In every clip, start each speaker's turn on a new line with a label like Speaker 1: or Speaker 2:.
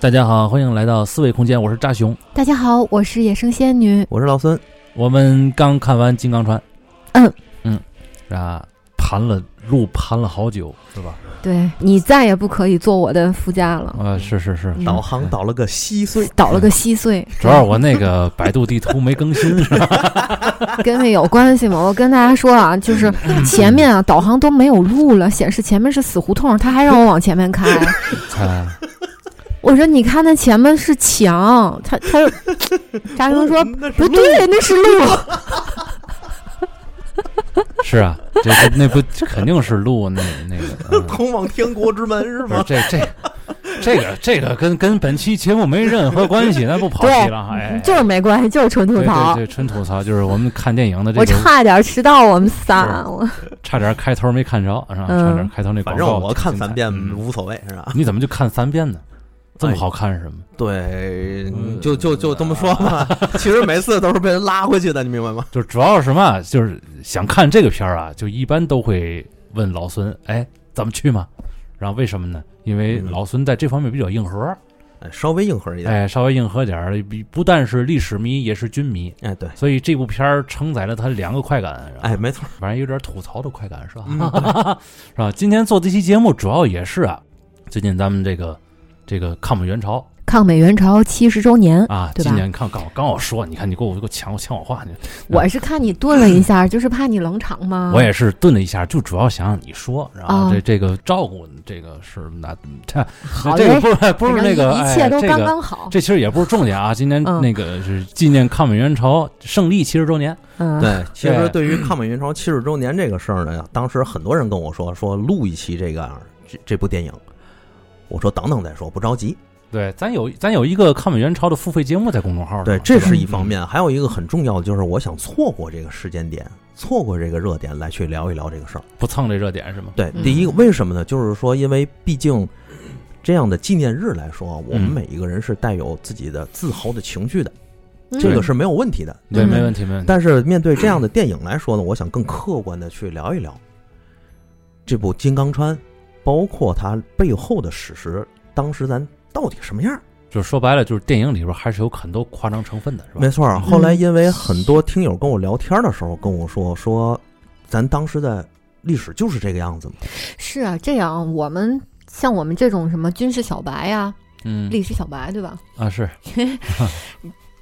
Speaker 1: 大家好，欢迎来到思维空间，我是扎熊。
Speaker 2: 大家好，我是野生仙女。
Speaker 3: 我是老孙，
Speaker 1: 我们刚看完《金刚川》，
Speaker 2: 嗯
Speaker 1: 嗯，啊，盘了路盘了好久是吧？
Speaker 2: 对你再也不可以坐我的副驾了，
Speaker 1: 啊，是是是，
Speaker 2: 嗯
Speaker 3: 导航导了个稀碎，嗯
Speaker 2: 倒了个稀碎，
Speaker 1: 主要我那个百度地图没更新，是吧？
Speaker 2: 跟那有关系吗？我跟大家说啊，就是
Speaker 1: 嗯
Speaker 2: 前面啊导航都没有路了，显示前面是死胡同，他还让我往前 面开。
Speaker 1: 哎
Speaker 2: 我说你看那前面是墙，他他说扎 成说
Speaker 3: 嗯那是
Speaker 2: 不对，那是路。
Speaker 1: 是啊，这这那不这肯定是路那那个， 嗯
Speaker 3: 通往天国之门是
Speaker 1: 不是
Speaker 3: 吗？
Speaker 1: 这这这个这个跟跟本期节目没任何关 系，那不跑题了哈，哎，
Speaker 2: 就是没关系，就是纯吐
Speaker 1: 对对
Speaker 2: 槽。
Speaker 1: 对，纯吐槽，就是我们看电影的这
Speaker 2: 我
Speaker 1: 个
Speaker 2: 差点迟到，我们仨，
Speaker 1: 是
Speaker 2: 我
Speaker 1: 差点开头没看着，是吧？
Speaker 2: 嗯
Speaker 1: 差点开头那广
Speaker 3: 反
Speaker 1: 告
Speaker 3: 正
Speaker 1: 挺精彩，
Speaker 3: 我看三遍
Speaker 1: 嗯
Speaker 3: 无所谓是吧？
Speaker 1: 你怎么就看三遍呢？这么好看是
Speaker 3: 哎
Speaker 1: 什么？
Speaker 3: 对，就就就这么说吧。 其实每次都是被人拉回去的，你明白吗？
Speaker 1: 就主要是什么？就是想看这个片儿啊，就一般都会问老孙，哎，咱们去吗？然后为什么呢？因为
Speaker 3: 嗯
Speaker 1: 老孙在这方面比较硬核，
Speaker 3: 哎稍微硬核一点，
Speaker 1: 哎，稍微硬核点儿，比不但是历史迷，也是军迷，
Speaker 3: 哎，对，
Speaker 1: 所以这部片儿承载了他两个快感，然后
Speaker 3: 哎，没错，
Speaker 1: 反正有点吐槽的快感，是吧？
Speaker 3: 嗯
Speaker 1: 是吧？今天做这期节目主要也是啊，最近咱们这个这个抗美援朝
Speaker 2: 抗美援朝七十周年，
Speaker 1: 啊，
Speaker 2: 对吧
Speaker 1: 今年看刚刚我说，你看你给我给我抢我抢我话，你
Speaker 2: 我是看你顿了一下，就是怕你冷场嘛。
Speaker 1: 我也是顿了一下，就主要想让你说，然后
Speaker 2: 啊
Speaker 1: 这这个照顾这个是那这
Speaker 2: 好
Speaker 1: 这个
Speaker 2: 嘞
Speaker 1: 不是不是那个
Speaker 2: 哦反正一
Speaker 1: 哎
Speaker 2: 一切都
Speaker 1: 这
Speaker 2: 刚
Speaker 1: 个
Speaker 2: 刚好。
Speaker 1: 这其实也不是重 点啊，今天
Speaker 2: 嗯
Speaker 1: 那个是纪念抗美援朝胜利七十周年，
Speaker 2: 嗯，
Speaker 3: 对。其
Speaker 1: 对
Speaker 3: 实对于抗美援朝七十周年这个事儿呢，当时很多人跟我说，说录一期这个这这部电影，我说等等再说，不着急。
Speaker 1: 对，咱有咱有一个抗美援朝的付费节目在公众号上，
Speaker 3: 对，这
Speaker 1: 吧
Speaker 3: 是一方。面，还有一个很重要的就是，我想错过这个时间点，错过这个热点来去聊一聊这个事儿。
Speaker 1: 不蹭这热点是吗？
Speaker 3: 对，
Speaker 2: 嗯
Speaker 3: 第一个为什么呢？就是说，因为毕竟这样的纪念日来说，啊我们
Speaker 1: 嗯
Speaker 3: 每一个人是带有自己的自豪的情绪的，
Speaker 2: 嗯
Speaker 3: 这个是没有问题的。
Speaker 1: 对，
Speaker 2: 嗯
Speaker 1: 没问题，没问题。
Speaker 3: 但是面对这样的电影来说呢，我想更客观的去聊一聊这部《金刚川》，包括它背后的史实，当时咱到底什么样儿？
Speaker 1: 就是说白了，就是电影里边还是有很多夸张成分的，是吧
Speaker 3: 没？错儿，后来
Speaker 2: 嗯
Speaker 3: 因为很多听友跟我聊天的时候跟我说，说咱当时的历史就是这个样子嘛。
Speaker 2: 是啊，这样啊我们像我们这种什么军事小白呀、
Speaker 1: 嗯
Speaker 2: 历史小白，对吧？
Speaker 1: 啊是，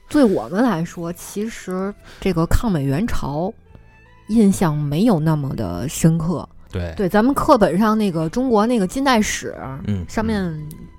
Speaker 2: 对我们来说，其实这个抗美援朝印象没有那么的深刻。
Speaker 1: 对
Speaker 2: 对，咱们课本上那个中国那个近代史，
Speaker 3: 嗯
Speaker 2: 上面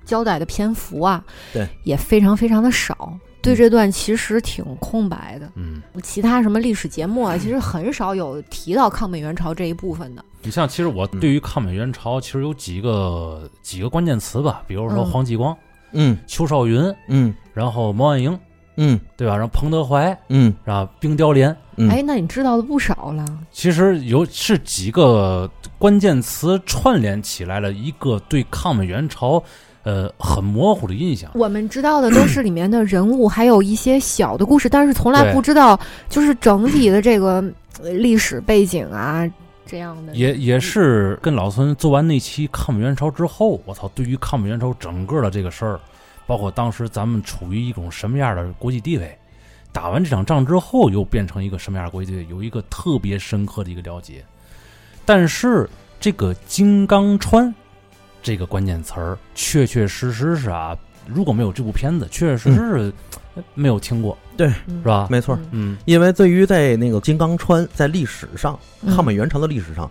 Speaker 2: 交代的篇幅啊，
Speaker 3: 对，
Speaker 2: 也非常非常的少。对这段其实挺空白的，
Speaker 1: 嗯，
Speaker 2: 其他什么历史节目啊，其实很少有提到抗美援朝这一部分的。
Speaker 1: 你像其实我
Speaker 3: 嗯
Speaker 1: 对于抗美援朝其实有几个几个关键词吧，比如说
Speaker 2: 嗯
Speaker 1: 黄继光、
Speaker 3: 嗯
Speaker 1: 邱少云，
Speaker 3: 嗯
Speaker 1: 然后毛岸英，
Speaker 3: 嗯
Speaker 1: 对吧？然后彭德怀，
Speaker 3: 嗯
Speaker 1: 然后冰雕连，
Speaker 3: 嗯
Speaker 2: 哎，那你知道的不少了。
Speaker 1: 其实有是几个关键词串联起来了一个对抗美援朝呃很模糊的印象。
Speaker 2: 我们知道的都是里面的人物，还有一些小的故事，但是从来
Speaker 1: 对
Speaker 2: 不知道就是整体的这个呃历史背景啊这样的。
Speaker 1: 也也是跟老孙做完那期抗美援朝之后，我操，对于抗美援朝整个的这个事儿，包括当时咱们处于一种什么样的国际地位，打完这场仗之后又变成一个什么样的国际地位，有一个特别深刻的一个了解。但是这个“金刚川”这个关键词儿，确确实实是啊，如果没有这部片子，确确实实是没有听过，
Speaker 2: 嗯
Speaker 1: 是吧？
Speaker 3: 没错儿，
Speaker 1: 嗯，
Speaker 3: 因为对于在那个金刚川在历史上
Speaker 2: 嗯
Speaker 3: 抗美援朝的历史上，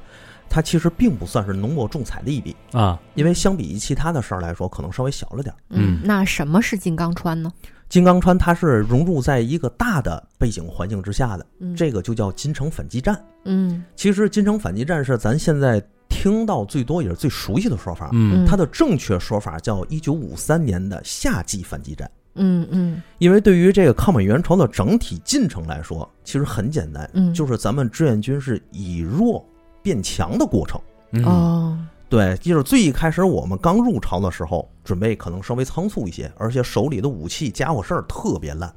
Speaker 3: 它其实并不算是浓墨重彩的一笔，
Speaker 1: 啊，
Speaker 3: 因为相比于其他的事儿来说，可能稍微小了点儿。
Speaker 1: 嗯
Speaker 2: 嗯，那什么是金刚川呢？
Speaker 3: 金刚川它是融入在一个大的背景环境之下的，
Speaker 2: 嗯，
Speaker 3: 这个就叫金城反击战。
Speaker 2: 嗯
Speaker 3: 其实金城反击战是咱现在听到最多也是最熟悉的说法，
Speaker 1: 嗯
Speaker 2: 嗯
Speaker 3: 它的正确说法叫一九五三年的夏季反击战。
Speaker 2: 嗯嗯
Speaker 3: 因为对于这个抗美援朝的整体进程来说，其实很简单，
Speaker 2: 嗯，
Speaker 3: 就是咱们志愿军是以弱变强的过程。
Speaker 1: 嗯
Speaker 2: 哦，
Speaker 3: 对，就是最一开始我们刚入朝的时候，准备可能稍微仓促一些，而且手里的武器家伙事儿特别烂，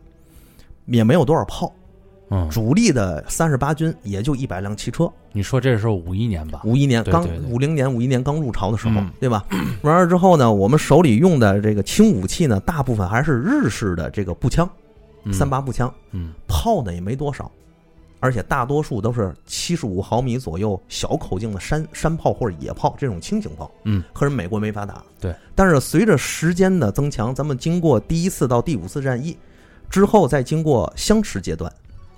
Speaker 3: 也没有多少炮，
Speaker 1: 嗯，
Speaker 3: 主力的三十八军也就一百辆汽车。
Speaker 1: 你说这是五一年吧？
Speaker 3: 五一年
Speaker 1: 啊对
Speaker 3: 刚
Speaker 1: 对对
Speaker 3: 五零年五一年刚入朝的时候
Speaker 1: 嗯，
Speaker 3: 对吧？完了之后呢，我们手里用的这个轻武器呢，大部分还是日式的这个步枪，
Speaker 1: 嗯
Speaker 3: 三，八步枪，
Speaker 1: 嗯
Speaker 3: 炮呢也没多少，而且大多数都是七十五毫米左右小口径的山山炮或者野炮这种轻型炮，
Speaker 1: 嗯，
Speaker 3: 和人美国没法打。
Speaker 1: 对，
Speaker 3: 但是随着时间的增强，咱们经过第一次到第五次战役之后，再经过相持阶段。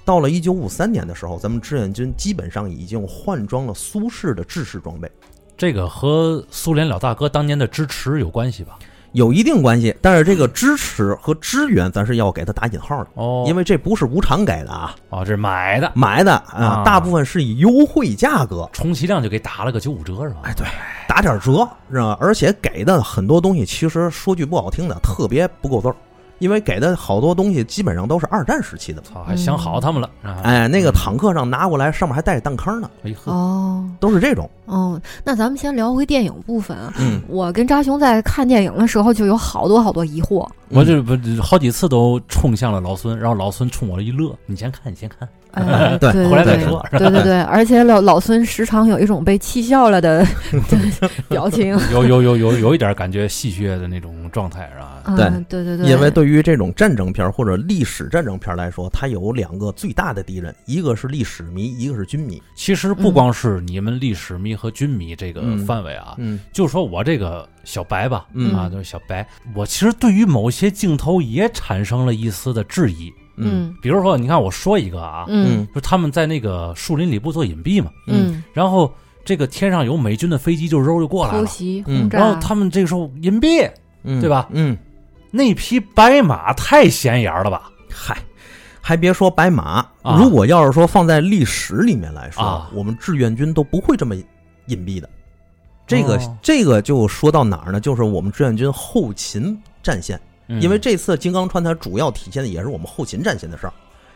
Speaker 3: 到了一九五三年的时候，咱们志愿军基本上已经换装了苏式的制式装备，
Speaker 1: 这个和苏联老大哥当年的支持有关系吧？
Speaker 3: 有一定关系。但是这个支持和支援，咱是要给它打引号的，
Speaker 1: 哦，
Speaker 3: 因为这不是无偿给的啊，
Speaker 1: 哦，这是买的，
Speaker 3: 买的
Speaker 1: 啊
Speaker 3: 啊，大部分是以优惠价格
Speaker 1: 充其量就给打了个九五折是吧？
Speaker 3: 哎，对，打点折，是吧？而且给的很多东西，其实说句不好听的，特别不够味儿，因为给的好多东西基本上都是二战时期的。
Speaker 1: 操，还想好他们了啊！
Speaker 3: 哎，那个坦克上拿过来，上面还带着弹坑呢，
Speaker 1: 哎呵，
Speaker 2: 哦
Speaker 3: 都是这种。
Speaker 2: 哦，那咱们先聊回电影部分啊。
Speaker 3: 嗯，
Speaker 2: 我跟扎熊在看电影的时候就有好多好多疑惑，
Speaker 1: 我这不好几次都冲向了老孙，然后老孙冲我了一乐，你先看，你先看，
Speaker 2: 哎，
Speaker 3: 对
Speaker 2: 对
Speaker 1: 回来
Speaker 2: 对
Speaker 1: 再说。
Speaker 2: 对 对对，而且老老孙时常有一种被气笑了的的表情。
Speaker 1: 有有有有有一点感觉戏谑的那种状态是吧？
Speaker 2: 嗯，对
Speaker 3: 对
Speaker 2: 对对，
Speaker 3: 因为对于这种战争片儿或者历史战争片儿来说，它有两个最大的敌人，一个是历史迷，一个是军迷。
Speaker 1: 其实不光是你们历史迷和军迷这个
Speaker 3: 嗯
Speaker 1: 范围啊，
Speaker 3: 嗯
Speaker 1: 就说我这个小白吧，
Speaker 3: 嗯
Speaker 1: 啊，就是小白，我其实对于某些镜头也产生了一丝的质疑。
Speaker 2: 嗯
Speaker 1: 比如说，你看我说一个啊，
Speaker 2: 嗯
Speaker 1: 就他们在那个树林里不做隐蔽嘛，
Speaker 2: 嗯，
Speaker 1: 然后这个天上有美军的飞机就揉就过来
Speaker 2: 偷
Speaker 1: 了，
Speaker 2: 袭
Speaker 3: 嗯
Speaker 2: 轰炸，
Speaker 1: 然后他们这个时候隐蔽，
Speaker 3: 嗯
Speaker 1: 对吧
Speaker 3: 嗯，
Speaker 1: 那匹白马太显眼了吧？
Speaker 3: 嗨。还别说白马，
Speaker 1: 啊
Speaker 3: 如果要是说放在历史里面来说，
Speaker 1: 啊
Speaker 3: 我们志愿军都不会这么隐蔽的。这个、
Speaker 1: 哦
Speaker 3: 这个就说到哪儿呢？就是我们志愿军后勤战线，
Speaker 1: 嗯
Speaker 3: 因为这次金刚川它主要体现的也是我们后勤战线的事儿。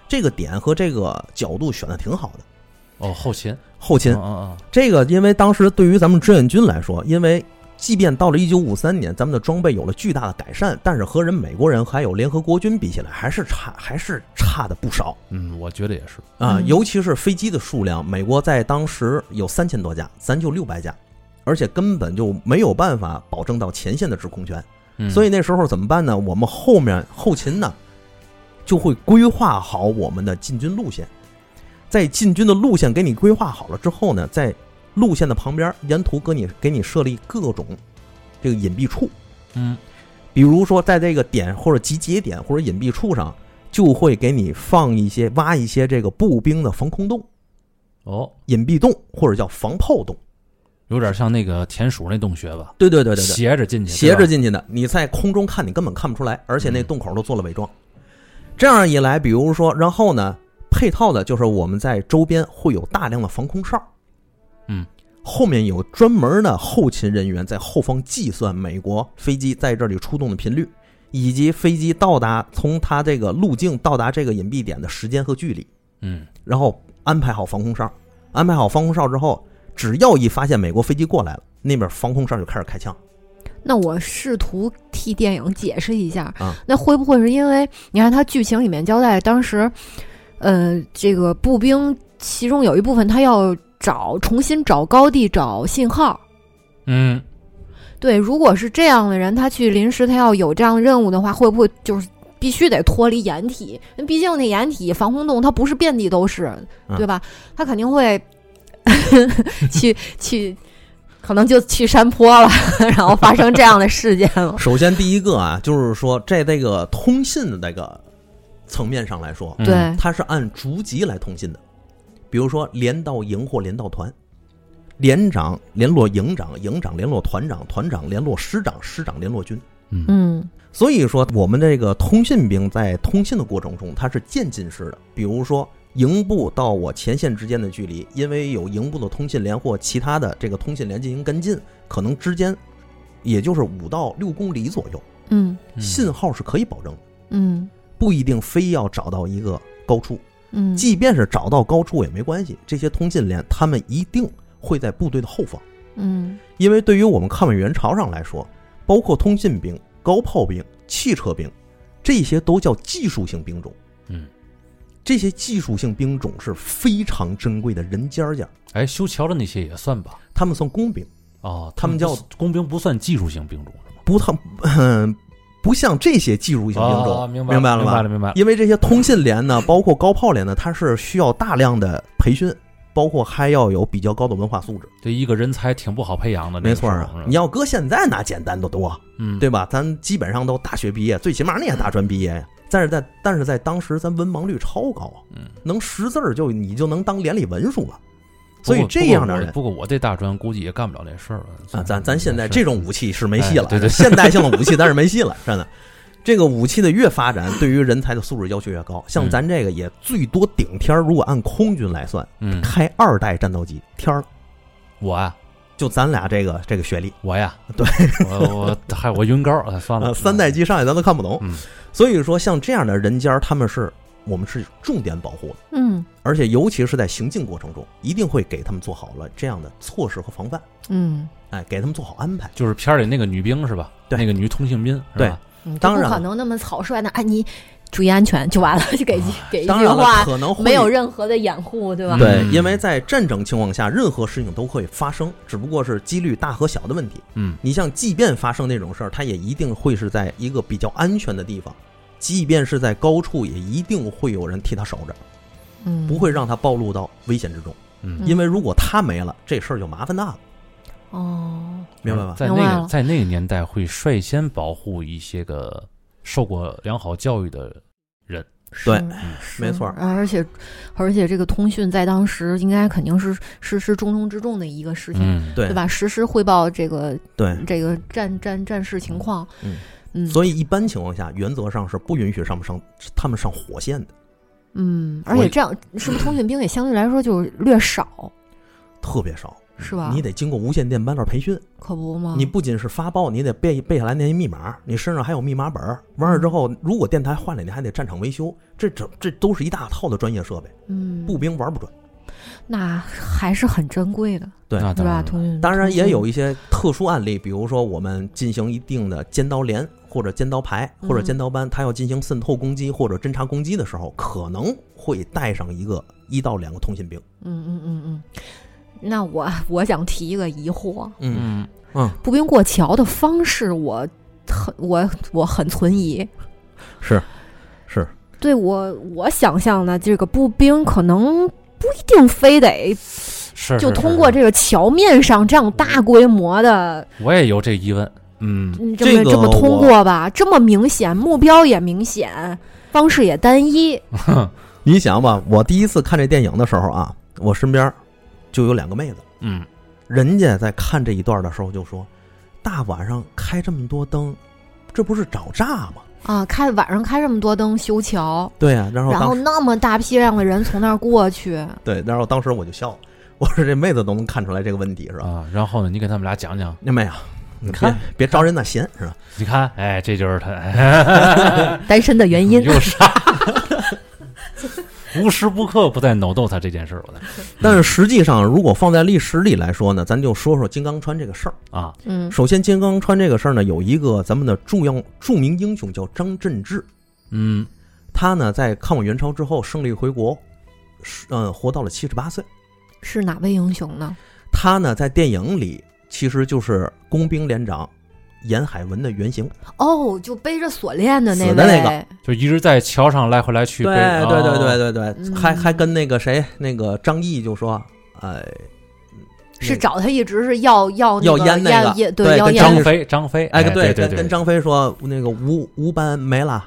Speaker 3: 这个点和这个角度选的挺好的。
Speaker 1: 哦后勤，
Speaker 3: 后勤
Speaker 1: 嗯嗯
Speaker 3: 这个，因为当时对于咱们志愿军来说，因为即便到了一九五三年，咱们的装备有了巨大的改善，但是和人美国人还有联合国军比起来，还是差还是差的不少。
Speaker 1: 嗯，嗯我觉得也是，
Speaker 3: 啊，
Speaker 2: 嗯
Speaker 3: 尤其是飞机的数量，美国在当时有三千多架，咱就六百架，而且根本就没有办法保证到前线的制空权。
Speaker 1: 嗯
Speaker 3: 所以那时候怎么办呢？我们后面后勤呢，就会规划好我们的进军路线，在进军的路线给你规划好了之后呢，在路线的旁边沿途给你给你设立各种这个隐蔽处，
Speaker 1: 嗯
Speaker 3: 比如说在这个点或者集结点或者隐蔽处上，就会给你放一些挖一些这个步兵的防空洞。
Speaker 1: 哦，
Speaker 3: 隐蔽洞或者叫防炮洞。
Speaker 1: 有点像那个田鼠那洞穴吧，
Speaker 3: 对对对
Speaker 1: 斜着进去，
Speaker 3: 斜着
Speaker 1: 进，
Speaker 3: 进去的，嗯你在空中看你根本看不出来，而且那洞口都做了伪装。这样一来，比如说，然后呢，配套的就是我们在周边会有大量的防空哨，
Speaker 1: 嗯，
Speaker 3: 后面有专门的后勤人员在后方计算美国飞机在这里出动的频率，以及飞机到达从它这个路径到达这个隐蔽点的时间和距离。
Speaker 1: 嗯
Speaker 3: 然后安排好防空哨，安排好防空哨之后，只要一发现美国飞机过来了，那边防空哨就开始开枪。
Speaker 2: 那我试图替电影解释一下，
Speaker 3: 啊
Speaker 2: 那会不会是因为你看它剧情里面交代，当时，呃，这个步兵其中有一部分他要找重新找高地找信号。
Speaker 1: 嗯，
Speaker 2: 对，如果是这样的人，他去临时他要有这样的任务的话，会不会就是必须得脱离掩体？那毕竟那掩体防空洞它不是遍地都是，
Speaker 3: 嗯
Speaker 2: 对吧？他肯定会 去去，可能就去山坡了， 然后发生这样的事件了。
Speaker 3: 首先第一个啊，就是说在这个通信的这个层面上来说，
Speaker 1: 嗯
Speaker 2: 对，
Speaker 3: 它是按逐级来通信的，比如说连到营或连到团。连长联络营长，营长联络团长，团长联络师长，师长联络军。
Speaker 1: 嗯
Speaker 2: 嗯
Speaker 3: 所以说，我们这个通信兵在通信的过程中，它是渐进式的。比如说，营部到我前线之间的距离，因为有营部的通信连或其他的这个通信连进行跟进，可能之间也就是五到六公里左右，
Speaker 2: 嗯
Speaker 1: 嗯
Speaker 3: 信号是可以保证的，
Speaker 2: 嗯
Speaker 3: 不一定非要找到一个高处。
Speaker 2: 嗯，
Speaker 3: 即便是找到高处也没关系，这些通信连他们一定会在部队的后方。
Speaker 2: 嗯
Speaker 3: 因为对于我们抗美援朝上来说，包括通信兵、高炮兵、汽车兵，这些都叫技术性兵种。
Speaker 1: 嗯，
Speaker 3: 这些技术性兵种是非常珍贵的人尖儿尖儿，
Speaker 1: 哎，修桥的那些也算吧？
Speaker 3: 他们算工兵，
Speaker 1: 哦，
Speaker 3: 他们叫
Speaker 1: 不工兵，不算技术性兵种是吗？
Speaker 3: 不太，嗯、不像这些技术性兵种，
Speaker 1: 哦明
Speaker 3: 明白
Speaker 1: 了，
Speaker 3: 了
Speaker 1: 明
Speaker 3: 吧
Speaker 1: 白了，明白了。
Speaker 3: 因为这些通信连呢，包括高炮连呢，它是需要大量的培训，包括还要有比较高的文化素质。
Speaker 1: 这一个人才挺不好培养的，
Speaker 3: 没错
Speaker 1: 那个
Speaker 3: 啊
Speaker 1: 时候，
Speaker 3: 你要搁现在那简单的多，
Speaker 1: 嗯，
Speaker 3: 对吧？咱基本上都大学毕业，最起码你也大专毕业呀。但是在但是在当时，咱文盲率超高啊，
Speaker 1: 嗯，
Speaker 3: 能识字儿就你就能当连理文书了。
Speaker 1: 不过
Speaker 3: 所以这样的
Speaker 1: 不过我
Speaker 3: 人
Speaker 1: 不过我这大专估计也干不了这事儿了。
Speaker 3: 啊，咱咱现在
Speaker 1: 是
Speaker 3: 这种武器是没戏了，
Speaker 1: 哎对对
Speaker 3: 现代性的武器但是没戏 了，真的。这个武器的越发展，对于人才的素质要求越高。像
Speaker 1: 嗯
Speaker 3: 咱这个也最多顶天儿，如果按空军来算，
Speaker 1: 嗯，
Speaker 3: 开二代战斗机天儿了，
Speaker 1: 我啊，
Speaker 3: 就咱俩这个这个学历
Speaker 1: 我呀，
Speaker 3: 啊对，
Speaker 1: 我 我还有我云高，哎算
Speaker 3: 啊，
Speaker 1: 了，
Speaker 3: 三代机上去咱都看不懂。
Speaker 1: 嗯
Speaker 3: 所以说，像这样的人尖儿，他们是我们是重点保护的，
Speaker 2: 嗯
Speaker 3: 而且尤其是在行进过程中，一定会给他们做好了这样的措施和防范，
Speaker 2: 嗯，
Speaker 3: 哎，给他们做好安排。
Speaker 1: 就是片儿里那个女兵是吧？
Speaker 3: 对
Speaker 1: 那个女通信兵是吧？
Speaker 2: 嗯
Speaker 3: 当
Speaker 2: 就
Speaker 3: 然
Speaker 2: 不可
Speaker 3: 了
Speaker 2: 能那么草率的，哎，你注意安全就完了，就给一给哎一
Speaker 3: 啊当
Speaker 2: 句
Speaker 3: 然了，
Speaker 2: 话，
Speaker 3: 可能会
Speaker 2: 没有任何的掩护，对吧？
Speaker 3: 对，
Speaker 1: 嗯
Speaker 3: 因为在战争情况下，任何事情都会发生，只不过是几率大和小的问题。
Speaker 1: 嗯，
Speaker 3: 你像，即便发生那种事儿，它也一定会是在一个比较安全的地方，即便是在高处，也一定会有人替他守着，
Speaker 2: 嗯，
Speaker 3: 不会让他暴露到危险之中。
Speaker 1: 嗯，
Speaker 3: 因为如果他没了，这事儿就麻烦大了，
Speaker 2: 哦，
Speaker 3: 明白吧？
Speaker 1: 嗯在
Speaker 2: 明白
Speaker 1: 那个
Speaker 2: 了
Speaker 1: 在那个年代，会率先保护一些个受过良好教育的人。
Speaker 2: 是，
Speaker 3: 对
Speaker 1: 嗯
Speaker 3: 没错
Speaker 2: 是而且而且这个通讯在当时应该肯定是是是重中之重的一个事情，
Speaker 1: 嗯，
Speaker 3: 对
Speaker 2: 对吧？嗯实时汇报这个
Speaker 3: 对，
Speaker 2: 这个战战战事情况，
Speaker 3: 嗯
Speaker 2: 嗯
Speaker 3: 所以一般情况下，原则上是不允许上上他们上火线的，
Speaker 2: 嗯，而
Speaker 1: 我
Speaker 2: 且这样是不是通讯兵也相对来说就略少，
Speaker 3: 特别少。
Speaker 2: 是吧？
Speaker 3: 嗯你得经过无线电班段培训，
Speaker 2: 可不吗？
Speaker 3: 你不仅是发报，你得背背下来那些密码，你身上还有密码本儿。完了之后，如果电台换了，你还得战场维修，这这这都是一大套的专业设备，
Speaker 2: 嗯，
Speaker 3: 步，兵玩不准。
Speaker 2: 那还是很珍贵的，
Speaker 3: 对
Speaker 1: 那
Speaker 2: 对
Speaker 1: 当
Speaker 2: 吧？
Speaker 1: 然嗯
Speaker 2: 通讯
Speaker 3: 啊当然也有
Speaker 2: 一
Speaker 3: 一些特殊案例，比如说我们进行一定的尖刀连或者尖刀排或者
Speaker 2: 嗯
Speaker 3: 尖刀班，它要进行渗透攻击或者侦察攻击的时候，可能会带上一个一到两个通信兵。
Speaker 2: 嗯嗯嗯嗯。那我我想提一个疑惑，
Speaker 3: 嗯
Speaker 1: 嗯，
Speaker 3: 嗯，
Speaker 2: 步兵过桥的方式我，很我我很存疑。
Speaker 3: 是是，
Speaker 2: 对我我想象的这个步兵可能不一定非得
Speaker 1: 是
Speaker 2: 就是通
Speaker 1: 是
Speaker 2: 过
Speaker 1: 是
Speaker 2: 这个桥面上这样
Speaker 3: 嗯
Speaker 2: 大规模的
Speaker 1: 我也有这疑问。嗯，
Speaker 2: 嗯
Speaker 3: 这
Speaker 2: 这么
Speaker 3: 个
Speaker 2: 这么
Speaker 3: 我
Speaker 2: 通过吧，这么明显，目标也明显，方式也单一。
Speaker 3: 你想吧，我第一次看这电影的时候啊，我身边就有两个妹子。
Speaker 1: 嗯，
Speaker 3: 人家在看这一段的时候就说：“大晚上开这么多灯，这不是找诈吗
Speaker 2: 啊，开晚上开这么多灯修桥？”，
Speaker 3: 对呀、嗯然后
Speaker 2: 然后
Speaker 3: 当时
Speaker 2: 那么大批量的人从那儿过 去，
Speaker 3: 对，然后当时我就笑了，我说这妹子都能看出来这个问题是吧？
Speaker 1: 啊，然后呢，你给他们俩讲讲，
Speaker 3: 那妹啊，你
Speaker 1: 看
Speaker 3: 别别招人那嫌是吧？
Speaker 1: 你看，哎，这就是他，哎
Speaker 2: 单身的
Speaker 3: 嗯
Speaker 2: 原因。
Speaker 1: 又傻，无时不刻不在挠逗他这件事儿，我在
Speaker 3: 但是实际上，如果放在历史里来说呢，咱就说说金刚川这个事儿。
Speaker 1: 啊，
Speaker 2: 嗯
Speaker 3: 首先，金刚川这个事儿呢，有一个咱们的重要著名英雄叫张镇志，
Speaker 1: 嗯
Speaker 3: 他呢在抗美援朝之后胜利回国，是嗯，活到了七十八岁。
Speaker 2: 是哪位英雄呢？
Speaker 3: 他呢，在电影里其实就是工兵连长严海文的原型。
Speaker 2: 哦，就背着锁链的那
Speaker 3: 死
Speaker 2: 位，
Speaker 3: 的那
Speaker 1: 就一直在桥上来回来去
Speaker 3: 对
Speaker 1: 被，
Speaker 3: 对对
Speaker 1: 哦，
Speaker 3: 对对对，
Speaker 2: 嗯
Speaker 3: 还还跟那个谁，那个张译就说，哎，
Speaker 2: 是找他一直是要要那
Speaker 3: 要
Speaker 2: 个
Speaker 3: 烟那个
Speaker 2: 要烟
Speaker 3: 对
Speaker 2: 对要
Speaker 3: 跟
Speaker 2: 烟
Speaker 1: 张飞，张飞，
Speaker 3: 哎，
Speaker 1: 哎，对
Speaker 3: 跟
Speaker 1: 对，
Speaker 3: 跟张飞说那个吴吴班没了，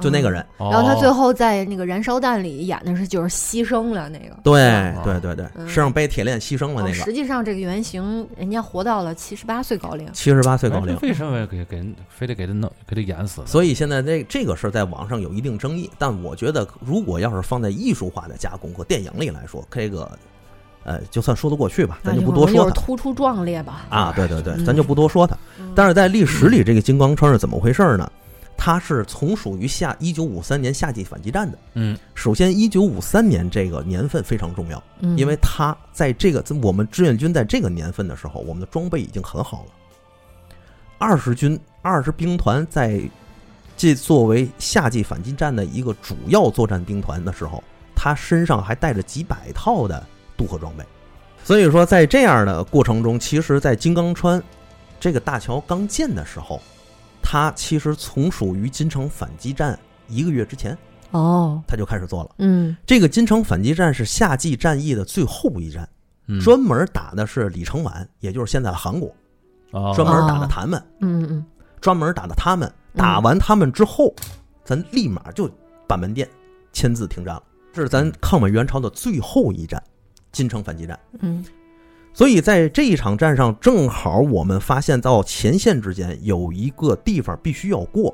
Speaker 3: 就那个人。
Speaker 1: 然
Speaker 2: 嗯。然后他最后在那个《燃烧弹》里演的是就是牺牲了那个，
Speaker 3: 对
Speaker 1: 嗯
Speaker 3: 对对对，
Speaker 2: 嗯
Speaker 3: 身上背铁链牺牲了
Speaker 2: 哦
Speaker 3: 那个，
Speaker 2: 实际上这个原型人家活到了七十八岁高龄，
Speaker 3: 七十八岁高龄。
Speaker 1: 哎为什么给给人非得给他弄给他演死呢？
Speaker 3: 所以现在这这个事儿在网上有一定争议，但我觉得如果要是放在艺术化的加工和电影里来说，这个呃就算说得过去吧，咱
Speaker 2: 那
Speaker 3: 就不
Speaker 2: 我
Speaker 3: 多
Speaker 2: 们
Speaker 3: 说
Speaker 2: 就是
Speaker 3: 它
Speaker 2: 突出壮烈吧。
Speaker 3: 啊。对对对，
Speaker 2: 嗯
Speaker 3: 咱就不多说它。
Speaker 2: 嗯
Speaker 3: 但是在历史里，这个金刚川是怎么回事呢？它是从属于夏一九五三年夏季反击战的。
Speaker 1: 嗯，
Speaker 3: 首先，一九五三年这个年份非常重要，
Speaker 2: 嗯
Speaker 3: 因为它在这个我们志愿军在这个年份的时候，我们的装备已经很好了。二十军二十兵团在这作为夏季反击战的一个主要作战兵团的时候，他身上还带着几百套的渡河装备。所以说，在这样的过程中，其实，在金刚川这个大桥刚建的时候，他其实从属于金城反击战一个月之前，
Speaker 2: 哦，
Speaker 3: 他就开始做了。
Speaker 2: 嗯
Speaker 3: 这个金城反击战是夏季战役的最后一战，
Speaker 1: 嗯，
Speaker 3: 专门打的是李承晚，也就是现在的韩国，
Speaker 1: 哦
Speaker 3: 专门打的他们，
Speaker 2: 嗯嗯
Speaker 3: 专门打的他们。打完他们之后，咱立马就板门店签字停战了。这是咱抗美援朝的最后一战，金城反击战。
Speaker 2: 嗯
Speaker 3: 所以在这一场战上，正好我们发现到前线之间有一个地方必须要过，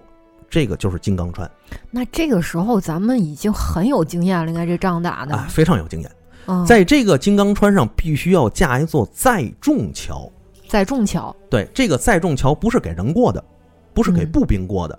Speaker 3: 这个就是金刚川
Speaker 2: 嗯，那这个时候咱们已经很有经验了，应该这仗打的，
Speaker 3: 啊，非常有经验。
Speaker 2: 嗯，
Speaker 3: 在这个金刚川上，必须要架一座载重桥。
Speaker 2: 在中桥，
Speaker 3: 对，这个载重桥不是给人过的，不是给
Speaker 2: 嗯
Speaker 3: 步兵过的，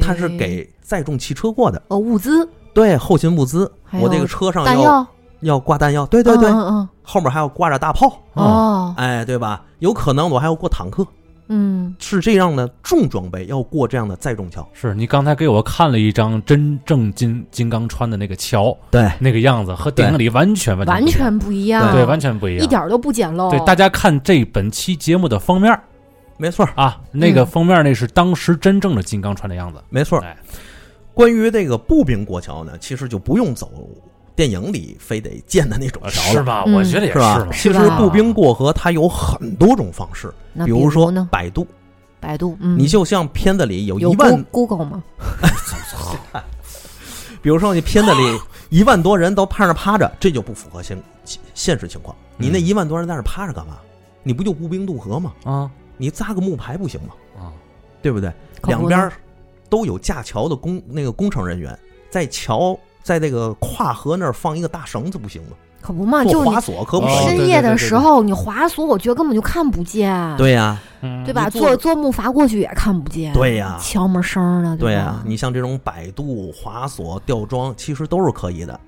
Speaker 3: 它是
Speaker 2: 哎
Speaker 3: 给载重汽车过的。
Speaker 2: 呃物资，
Speaker 3: 对，后勤物资，
Speaker 2: 还有
Speaker 3: 我这个车上
Speaker 2: 弹
Speaker 3: 要
Speaker 2: 药，
Speaker 3: 要挂弹药，对对
Speaker 2: 嗯
Speaker 3: 对，
Speaker 2: 嗯
Speaker 3: 后面还要挂着大炮，
Speaker 1: 嗯
Speaker 2: 嗯，哦，
Speaker 3: 哎，对吧？有可能我还要过坦克，
Speaker 2: 嗯，
Speaker 3: 是这样的重装备要过这样的载重桥。
Speaker 1: 是你刚才给我看了一张真正金金刚川的那个桥，
Speaker 3: 对，
Speaker 1: 那个样子和电影里完全完
Speaker 2: 完
Speaker 1: 全不一样
Speaker 2: 全不一样，
Speaker 1: 对完全不一样，
Speaker 2: 一点儿都不简陋，
Speaker 1: 对大家看这本期节目的封面儿
Speaker 3: 没错儿，
Speaker 1: 啊，那个
Speaker 2: 嗯
Speaker 1: 封面儿那是当时真正的金刚川的样子，
Speaker 3: 没错儿
Speaker 1: 哎。
Speaker 3: 关于这个步兵过桥呢，其实就不用走电影里非得建的那种
Speaker 1: 呃
Speaker 3: 桥
Speaker 1: 是
Speaker 3: 了，
Speaker 1: 吧？
Speaker 2: 嗯
Speaker 1: 我觉得也
Speaker 3: 是吧
Speaker 1: 嘛？
Speaker 3: 其实
Speaker 2: 是吧
Speaker 3: 步兵过河它有很多种方式，
Speaker 2: 那
Speaker 3: 比
Speaker 2: 比
Speaker 3: 如说
Speaker 2: 呢，
Speaker 3: 摆渡，
Speaker 2: 百度，嗯，
Speaker 3: 你就像片子里有
Speaker 2: 有
Speaker 3: 一万
Speaker 2: Go- Google 吗？
Speaker 3: 比如说你片子里一万多人都趴那趴着，这就不符合现现现实情况。你那
Speaker 1: 嗯
Speaker 3: 一万多人在那趴着干嘛？你不就步兵渡河吗？
Speaker 1: 啊
Speaker 3: 你扎个木牌不行吗？
Speaker 1: 啊，
Speaker 3: 对不对？
Speaker 2: 可
Speaker 3: 两
Speaker 2: 不
Speaker 3: 边
Speaker 2: 呢
Speaker 3: 儿都有架桥的工那个工程人员，在桥在那个跨河那儿放一个大绳子不行吗？
Speaker 2: 可不嘛，
Speaker 3: 做
Speaker 2: 啊就你
Speaker 3: 滑索可
Speaker 1: 哦
Speaker 3: 不可
Speaker 1: 对
Speaker 3: 以？
Speaker 1: 对
Speaker 2: 深夜
Speaker 1: 对
Speaker 2: 的
Speaker 1: 对
Speaker 2: 时候，你滑索，我觉得根本就看不见，
Speaker 3: 对呀、
Speaker 1: 嗯
Speaker 2: 对吧？
Speaker 3: 你坐
Speaker 2: 坐坐木筏过去也看不见，
Speaker 3: 对呀
Speaker 2: 敲门声儿呢，
Speaker 3: 对
Speaker 2: 吧？
Speaker 3: 呀、你像这种摆渡、滑索、吊装，其实都是可以的。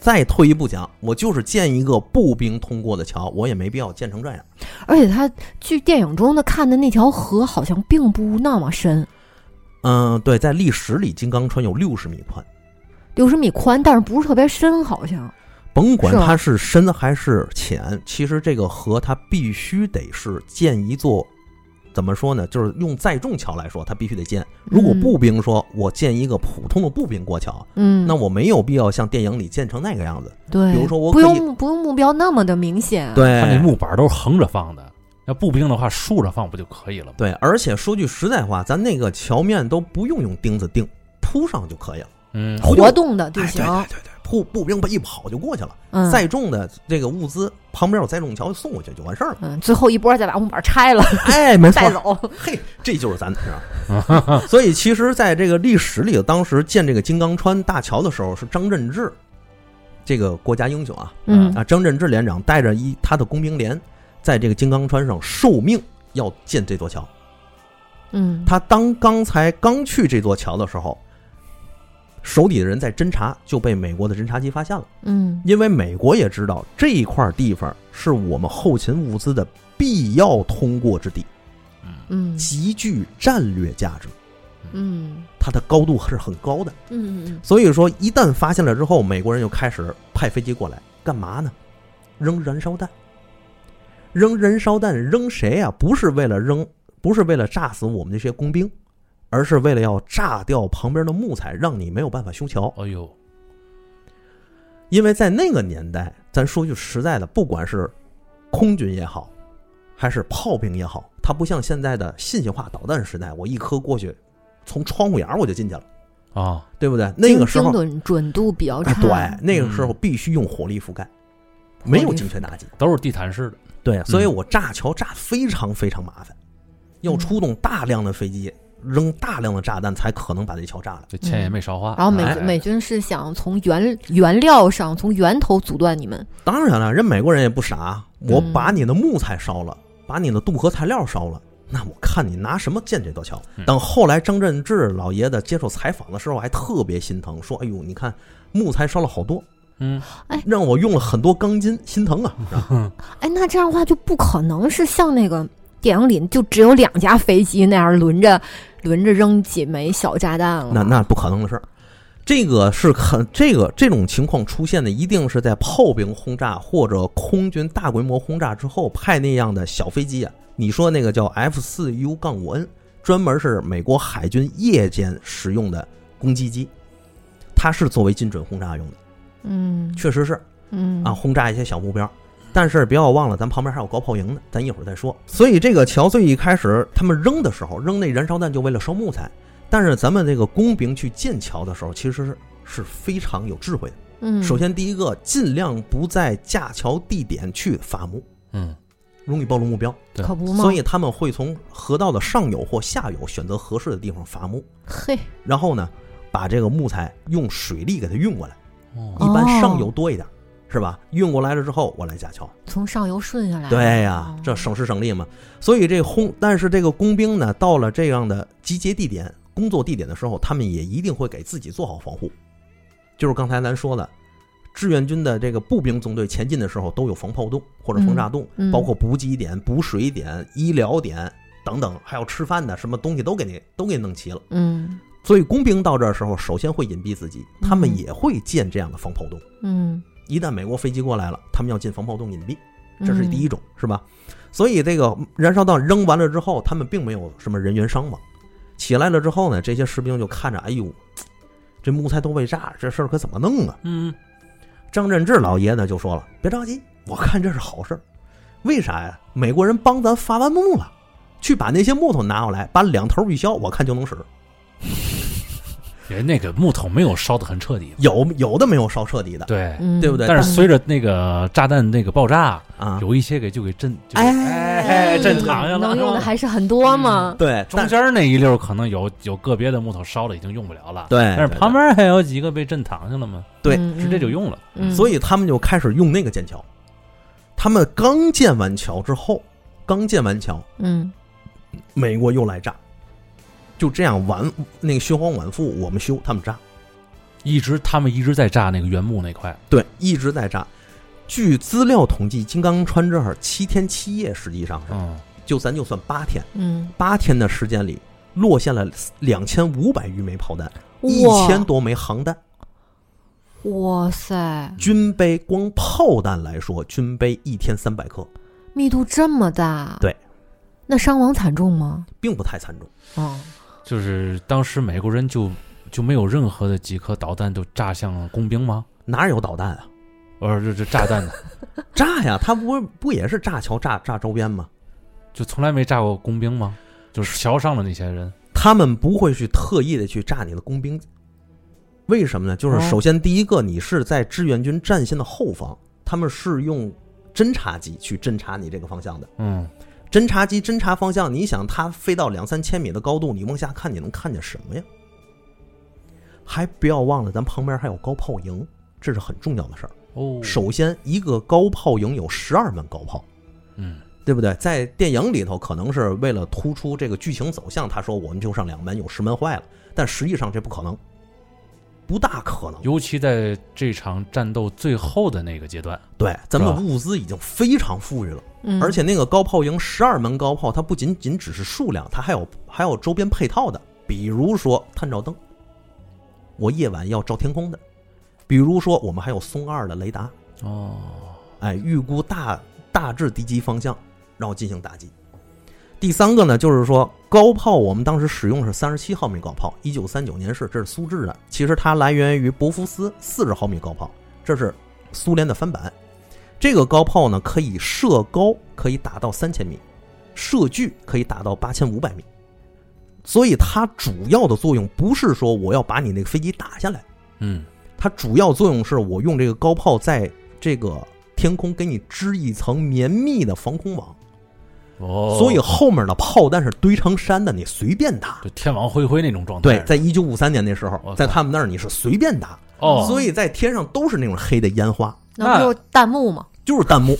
Speaker 3: 再退一步讲，我就是建一个步兵通过的桥，我也没必要建成这样。
Speaker 2: 而且它据电影中的看的那条河，好像并不那么深，
Speaker 3: 嗯，对，在历史里，金刚川有六十米宽，
Speaker 2: 六十米宽，但是不是特别深，好像。
Speaker 3: 甭管
Speaker 2: 是吗
Speaker 3: 它是深还是浅，其实这个河它必须得是建一座，怎么说呢？就是用载重桥来说，它必须得建。如果
Speaker 2: 嗯
Speaker 3: 步兵说我建一个普通的步兵过桥，
Speaker 2: 嗯，
Speaker 3: 那我没有必要像电影里建成那个样子。
Speaker 2: 对，
Speaker 3: 比如说我
Speaker 2: 不
Speaker 3: 可以
Speaker 2: 用目不用目标那么的明显，，
Speaker 3: 对
Speaker 1: 它那木板都是横着放的，要步兵的话竖着放不就可以了吗？
Speaker 3: 对，而且说句实在话，咱那个桥面都不用用钉子钉，铺上就可以了。
Speaker 1: 嗯，
Speaker 3: 不
Speaker 2: 活动的就
Speaker 3: 哎
Speaker 2: 行，
Speaker 3: 对对对对，步步兵一跑就过去了。
Speaker 2: 嗯，。
Speaker 3: 载重的这个物资，旁边有载重桥送过去就完事儿了
Speaker 2: 嗯，最后一波再把木板拆了，
Speaker 3: 哎， 没错
Speaker 2: 带，走，
Speaker 3: 嘿，这就是咱是吧？ 所以其实，在这个历史里，当时建这个金刚川大桥的时候，是张振志这个国家英雄啊
Speaker 2: 嗯
Speaker 3: 啊，张振志连长带着一他的工兵连，在这个金刚川上受命要建这座桥。
Speaker 2: 嗯，
Speaker 3: 他当刚才刚去这座桥的时候，手底的人在侦查，就被美国的侦察机发现了。
Speaker 2: 嗯
Speaker 3: 因为美国也知道这一块地方是我们后勤物资的必要通过之地，
Speaker 2: 嗯
Speaker 3: 极具战略价值，
Speaker 2: 嗯
Speaker 3: 它的高度是很高的。
Speaker 2: 嗯嗯
Speaker 3: 所以说，一旦发现了之后，美国人就开始派飞机过来，干嘛呢？扔燃烧弹，扔燃烧弹，扔谁呀、不是为了扔，不是为了炸死我们这些工兵，而是为了要炸掉旁边的木材，让你没有办法修桥。
Speaker 1: 哎呦，
Speaker 3: 因为在那个年代，咱说句实在的，不管是空军也好，还是炮兵也好，它不像现在的信息化导弹时代，我一颗过去，从窗户眼儿我就进去了，
Speaker 1: 啊，
Speaker 3: 对不对？那
Speaker 2: 精
Speaker 3: 个时
Speaker 2: 精，
Speaker 3: 候
Speaker 2: 准准度比较
Speaker 3: 啊
Speaker 2: 差，
Speaker 3: 对，那个时候必须用火力覆盖，没有精确打击。
Speaker 1: 都是地毯式的，
Speaker 3: 对，啊嗯所以我炸桥炸非常非常麻烦，要出动大量的飞机，扔大量的炸弹，才可能把这桥炸了。
Speaker 1: 这钱也没少花。
Speaker 2: 嗯然后美
Speaker 1: 哎
Speaker 2: 美军是想从原原料上从源头阻断你们，
Speaker 3: 当然了，人美国人也不傻，啊我
Speaker 2: 嗯
Speaker 3: 把你的木材烧了，把你的渡河材料烧了。那我看你拿什么建这座桥
Speaker 1: 嗯？
Speaker 3: 等后来张振志老爷子接受采访的时候，还特别心疼，说：“哎呦，你看木材烧了好多，
Speaker 1: 嗯，
Speaker 3: 让我用了很多钢筋，心疼啊！”是吧
Speaker 2: 哎，那这样的话就不可能是像那个电影里就只有两架飞机那样轮着轮着扔几枚小炸弹了。
Speaker 3: 那那不可能的事儿。这个是很这个这种情况出现的，一定是在炮兵轰炸或者空军大规模轰炸之后派那样的小飞机啊。你说那个叫 F 四 U 杠五 N，专门是美国海军夜间使用的攻击机，它是作为精准轰炸用的，
Speaker 2: 嗯
Speaker 3: 确实是
Speaker 2: 嗯
Speaker 3: 啊，轰炸一些小目标。但是不要忘了，咱旁边还有高炮营呢，咱一会儿再说。所以这个乔最一开始他们扔的时候，扔那燃烧弹就为了烧木材，但是咱们这个工兵去建桥的时候，其实是是非常有智慧的。
Speaker 2: 嗯，
Speaker 3: 首先第一个，尽量不在架桥地点去伐木，
Speaker 1: 嗯，
Speaker 3: 容易暴露目标，
Speaker 1: 对
Speaker 2: 可不嘛，
Speaker 3: 所以他们会从河道的上游或下游选择合适的地方伐木，
Speaker 2: 嘿，
Speaker 3: 然后呢，把这个木材用水力给它运过来，
Speaker 1: 哦
Speaker 3: 一般上游
Speaker 2: 哦
Speaker 3: 多一点，是吧？运过来了之后，我来架桥。
Speaker 2: 从上游顺下来。
Speaker 3: 对呀、
Speaker 2: 哦
Speaker 3: 这省时省力嘛。所以这轰，但是这个工兵呢，到了这样的集结地点、工作地点的时候，他们也一定会给自己做好防护。就是刚才咱说的，志愿军的这个步兵纵队前进的时候都有防炮洞或者防炸洞，
Speaker 2: 嗯嗯
Speaker 3: 包括补给点、补水点、医疗点等等，还有吃饭的什么东西都给你都给你弄齐了。
Speaker 2: 嗯
Speaker 3: 所以工兵到这儿的时候，首先会隐蔽自己，他们
Speaker 2: 嗯
Speaker 3: 也会建这样的防炮洞。
Speaker 2: 嗯，
Speaker 3: 一旦美国飞机过来了，他们要进防炮洞隐蔽。这是第一
Speaker 2: 嗯。
Speaker 3: 种，是吧？所以这个燃烧弹扔完了之后，他们并没有什么人员伤亡。起来了之后呢，这些士兵就看着，哎呦，这木材都被炸了，这事儿可怎么弄啊？
Speaker 1: 嗯
Speaker 3: 张振志老爷呢就说了，别着急，我看这是好事儿。为啥呀？美国人帮咱伐完木了，去把那些木头拿过来，把两头一削，我看就能使。
Speaker 1: 人那个木头没有烧的很彻底，
Speaker 3: 有有的没有烧彻底的，
Speaker 1: 对。
Speaker 2: 嗯，
Speaker 3: 对不对
Speaker 1: 但是随着那个炸弹那个爆炸，
Speaker 3: 啊，
Speaker 1: 有一些给就给震，就
Speaker 3: 哎
Speaker 1: 哎，震躺下了，
Speaker 2: 嗯能
Speaker 1: 是
Speaker 2: 用
Speaker 1: 吧
Speaker 2: 的还是很多嘛。
Speaker 3: 对，
Speaker 1: 中
Speaker 3: 但
Speaker 1: 间那一溜儿可能有有个别的木头烧的已经用不了了，
Speaker 3: 对，
Speaker 1: 但是
Speaker 3: 哎对
Speaker 1: 旁边还有几个被震躺下了嘛，
Speaker 3: 对
Speaker 2: 嗯
Speaker 1: 直接就。用了。
Speaker 2: 嗯
Speaker 3: 所以他们就开始用那个剑桥。他们刚建完桥之后，刚建完桥，
Speaker 2: 嗯
Speaker 3: 美国又来炸，就这样完那个循环往复，我们修，他们炸，
Speaker 1: 一直他们一直在炸那个原木那块，
Speaker 3: 对，一直在炸。据资料统计，金刚川这儿七天七夜，实际上是
Speaker 1: 嗯，
Speaker 3: 就咱就算八天，
Speaker 2: 嗯，
Speaker 3: 八天的时间里落下了两千五百余枚炮弹，
Speaker 2: 嗯
Speaker 3: 一
Speaker 2: 哇
Speaker 3: 千多枚航弹。
Speaker 2: 哇塞，
Speaker 3: 军杯光炮弹来说，军杯一天三百颗，
Speaker 2: 密度这么大，
Speaker 3: 对，
Speaker 2: 那伤亡惨重吗？
Speaker 3: 并不太惨重。
Speaker 2: 啊，
Speaker 1: 就是当时美国人就就没有任何的几颗导弹就炸向工兵吗？
Speaker 3: 哪有导弹啊？
Speaker 1: 呃，这这炸 弹呢，
Speaker 3: 炸呀，他不不也是炸桥、炸炸周边吗？
Speaker 1: 就从来没炸过工兵吗？就是桥上的那些人，
Speaker 3: 他们不会去特意的去炸你的工兵，为什么呢？就是
Speaker 2: 哦
Speaker 3: 首先第一个，你是在志愿军战线的后方，他们是用侦察机去侦察你这个方向的。
Speaker 1: 嗯，
Speaker 3: 侦察机侦察方向，你想它飞到两三千米的高度，你往下看，你能看见什么呀？还不要忘了，咱旁边还有高炮营，这是很重要的事儿。
Speaker 1: 哦，
Speaker 3: 首先，一个高炮营有十二门高炮。
Speaker 1: 嗯，
Speaker 3: 对不对？在电影里头，可能是为了突出这个剧情走向，他说我们就上两门，有十门坏了，但实际上这不可能，不大可能。
Speaker 1: 尤其在这场战斗最后的那个阶段，
Speaker 3: 对，咱
Speaker 1: 是吧
Speaker 3: 们物资已经非常富裕了，
Speaker 2: 嗯，
Speaker 3: 而且那个高炮营十二门高炮，它不仅仅只是数量，它还有还有周边配套的，比如说探照灯，我夜晚要照天空的，比如说我们还有松二的雷达，
Speaker 1: 哦，
Speaker 3: 哎，预估大大致敌机方向，然后进行打击。第三个呢，就是说高炮，我们当时使用是三十七毫米高炮，一九三九年是，这是苏制的，其实它来源于博夫斯四十毫米高炮，这是苏联的翻版。这个高炮呢，可以射高，可以打到三千米，射距可以打到八千五百米，所以它主要的作用不是说我要把你那个飞机打下来。
Speaker 1: 嗯，
Speaker 3: 它主要作用是我用这个高炮在这个天空给你织一层绵密的防空网，
Speaker 1: 哦，
Speaker 3: 所以后面的炮弹是堆成山的，你随便打。
Speaker 1: 就天网恢恢那种状态
Speaker 3: 对，
Speaker 1: 是吧，
Speaker 3: 在一九五三年那时
Speaker 1: 我
Speaker 3: 候，
Speaker 1: 操
Speaker 3: 在他们那儿你是随便打，
Speaker 1: 哦，
Speaker 3: 所以在天上都是那种黑的烟花，
Speaker 2: 那不就是弹幕吗？
Speaker 3: 就是弹幕，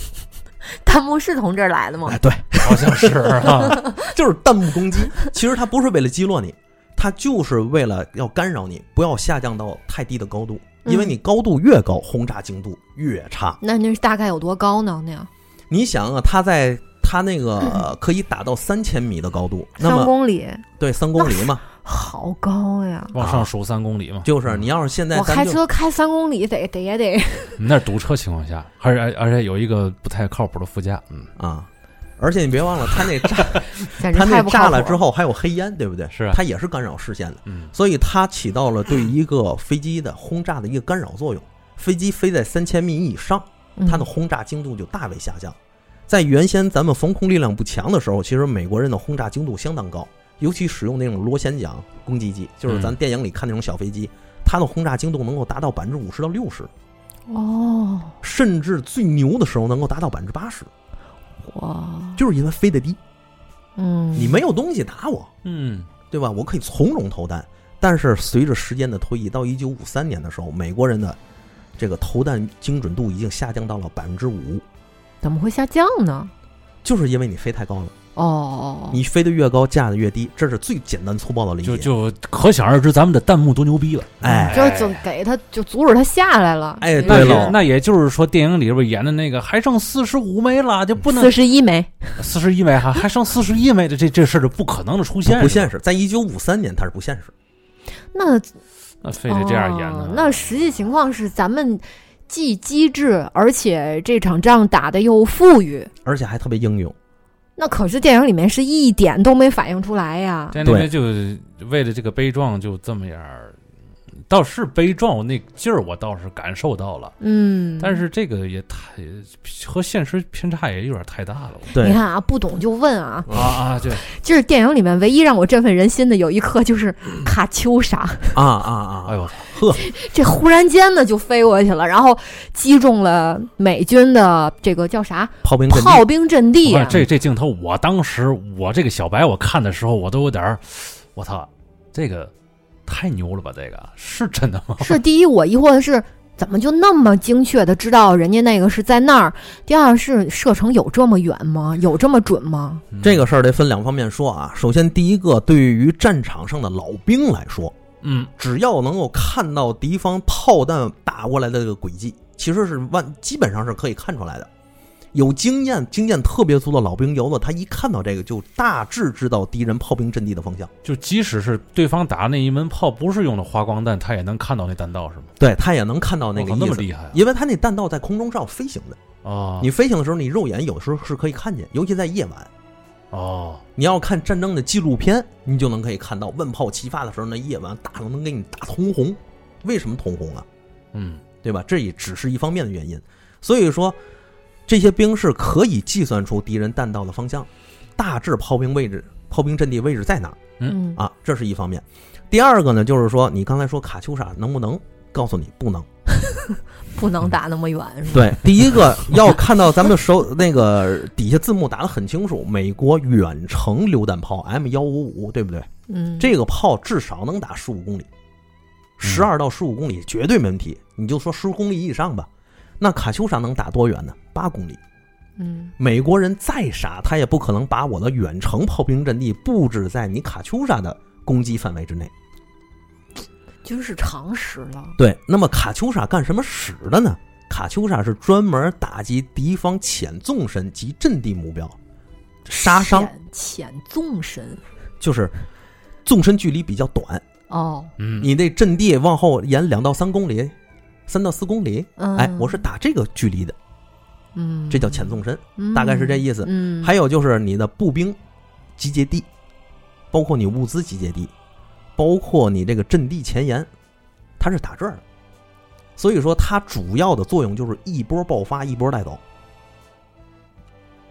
Speaker 2: 弹幕是从这儿来的吗
Speaker 3: 哎，？对，
Speaker 1: 好像是啊，
Speaker 3: 就是弹幕攻击。其实它不是为了击落你，它就是为了要干扰你，不要下降到太低的高度，因为
Speaker 2: 嗯
Speaker 3: 你高度越高，轰炸精度越差。
Speaker 2: 那那是大概有多高呢？那样，
Speaker 3: 你想啊，他在它那个呃可以打到三千米的高度，
Speaker 2: 嗯
Speaker 3: 那
Speaker 2: 三
Speaker 3: 么
Speaker 2: 公里，
Speaker 3: 对三公里嘛，
Speaker 2: 好高呀！
Speaker 1: 往上数三公里嘛，
Speaker 3: 就是你要是现在
Speaker 2: 嗯我
Speaker 3: 咱
Speaker 2: 开
Speaker 3: 就
Speaker 2: 车开三公里得得也 得
Speaker 1: 你那堵车情况下，而且而且有一个不太靠谱的副驾，嗯，
Speaker 3: 啊，而且你别忘了，它那 炸
Speaker 2: 简直
Speaker 3: 它
Speaker 2: 太
Speaker 3: 那
Speaker 2: 不靠
Speaker 3: 炸
Speaker 2: 谱
Speaker 3: 了之后还有黑烟，对不对？
Speaker 1: 是啊
Speaker 3: 它也是干扰视线的，
Speaker 1: 嗯，
Speaker 3: 所以它起到了对一个飞机的轰炸的一个干扰作用。飞机飞在三千米以上，它的
Speaker 2: 嗯
Speaker 3: 轰炸精度就大为下降。在原先咱们防空力量不强的时候，其实美国人的轰炸精度相当高，尤其使用那种螺旋桨攻击机，就是咱
Speaker 1: 嗯
Speaker 3: 电影里看那种小飞机，它的轰炸精度能够达到百分之五十到六十，
Speaker 2: 哦，
Speaker 3: 甚至最牛的时候能够达到百分之八十，
Speaker 2: 哇，
Speaker 3: 就是因为飞得低，
Speaker 2: 嗯，
Speaker 3: 你没有东西打我，
Speaker 1: 嗯，
Speaker 3: 对吧？我可以从容投弹。但是随着时间的推移，到一九五三年的时候，美国人的这个投弹精准度已经下降到了百分之五，
Speaker 2: 怎么会下降呢？
Speaker 3: 就是因为你飞太高了。
Speaker 2: 哦，
Speaker 3: 你飞得越高，架得越低，这是最简单粗暴的理
Speaker 1: 就
Speaker 3: 解。
Speaker 1: 就可想而知咱们的弹幕多牛逼了。嗯
Speaker 3: 哎
Speaker 2: 就就给他就阻止他下来了。
Speaker 3: 哎
Speaker 1: 那
Speaker 3: 对
Speaker 1: 也
Speaker 3: 喽
Speaker 1: 那也就是说，电影里边演的那个还剩四十五枚了，就不能
Speaker 2: 四十一枚，
Speaker 1: 四十一枚 还还剩四十一枚的这这事儿就不可能的出现，
Speaker 3: 不现实，在一九五三年它是不现实。
Speaker 2: 那
Speaker 1: 那非得这样演啊
Speaker 2: 哦
Speaker 1: 呢？
Speaker 2: 那实际情况是，咱们既机智，而且这场仗打的又富裕。
Speaker 3: 而且还特别英勇，
Speaker 2: 那可是电影里面是一点都没反映出来呀。
Speaker 1: 在那边就为了这个悲壮就这么样儿，倒是悲壮，我那劲儿我倒是感受到了，
Speaker 2: 嗯，
Speaker 1: 但是这个也太和现实偏差也有点太大了。
Speaker 3: 对
Speaker 2: 你看啊，不懂就问啊。
Speaker 1: 啊啊，对，
Speaker 2: 就是电影里面唯一让我振奋人心的有一刻，就是卡秋莎，
Speaker 3: 啊啊
Speaker 1: 哎
Speaker 3: 啊！
Speaker 1: 呦，
Speaker 2: 这忽然间呢就飞过去了，然后击中了美军的这个叫啥
Speaker 3: 炮兵阵地，
Speaker 2: 炮兵阵地、啊。
Speaker 1: 哦这这镜头，我当时我这个小白我看的时候，我都有点儿，我操，这个太牛了吧？这个是真的吗？
Speaker 2: 是第一，我疑惑的是，怎么就那么精确的知道人家那个是在那儿？第二是射程有这么远吗？有这么准吗？
Speaker 1: 嗯
Speaker 3: 这个事儿得分两方面说啊。首先，第一个，对于战场上的老兵来说，
Speaker 1: 嗯，
Speaker 3: 只要能够看到敌方炮弹打过来的这个轨迹，其实是万基本上是可以看出来的。有经验、经验特别足的老兵游子，他一看到这个就大致知道敌人炮兵阵地的方向，
Speaker 1: 就即使是对方打那一门炮不是用的花光弹，他也能看到那弹道是吗？
Speaker 3: 对他也能看哦到那
Speaker 1: 我
Speaker 3: 个
Speaker 1: 靠那
Speaker 3: 意
Speaker 1: 么
Speaker 3: 思，
Speaker 1: 厉害啊！
Speaker 3: 因为他那弹道在空中是要飞行的。
Speaker 1: 哦
Speaker 3: 你飞行的时候，你肉眼有时候是可以看见，尤其在夜晚。
Speaker 1: 哦，
Speaker 3: 你要看战争的纪录片，你就能可以看到万炮齐发的时候，那夜晚大能能给你打通红。为什么通红啊？
Speaker 1: 嗯，
Speaker 3: 对吧？这也只是一方面的原因。所以说，这些兵是可以计算出敌人弹道的方向，大致炮兵位置、炮兵阵地位置在哪儿
Speaker 2: 嗯，
Speaker 3: 啊？这是一方面。第二个呢，就是说你刚才说卡秋莎能不能？告诉你不能。
Speaker 2: 不能打那么远，是吧？
Speaker 3: 对，第一个要看到咱们手那个底下字幕打得很清楚，美国远程榴弹炮 M 幺五五，对不对？
Speaker 2: 嗯，
Speaker 3: 这个炮至少能打十五公里，十二到十五公里绝对没问题。你就说十公里以上吧。那卡秋莎能打多远呢？八公里。
Speaker 2: 嗯
Speaker 3: 美国人再傻，他也不可能把我的远程炮兵阵地布置在你卡秋莎的攻击范围之内。
Speaker 2: 军事常识了。
Speaker 3: 对，那么卡秋莎干什么使的呢？卡秋莎是专门打击敌方浅纵深及阵地目标，杀伤
Speaker 2: 浅浅纵深
Speaker 3: 就是纵深距离比较短，
Speaker 2: 哦，
Speaker 1: 嗯，
Speaker 3: 你那阵地往后延两到三公里，三到四公里，
Speaker 2: 嗯，
Speaker 3: 哎，我是打这个距离的，
Speaker 2: 嗯，
Speaker 3: 这叫浅纵深。
Speaker 2: 嗯，
Speaker 3: 大概是这意思
Speaker 2: 嗯，
Speaker 3: 还有就是你的步兵集结地，包括你物资集结地，包括你这个阵地前沿，它是打这儿的。所以说，它主要的作用就是一波爆发，一波带走。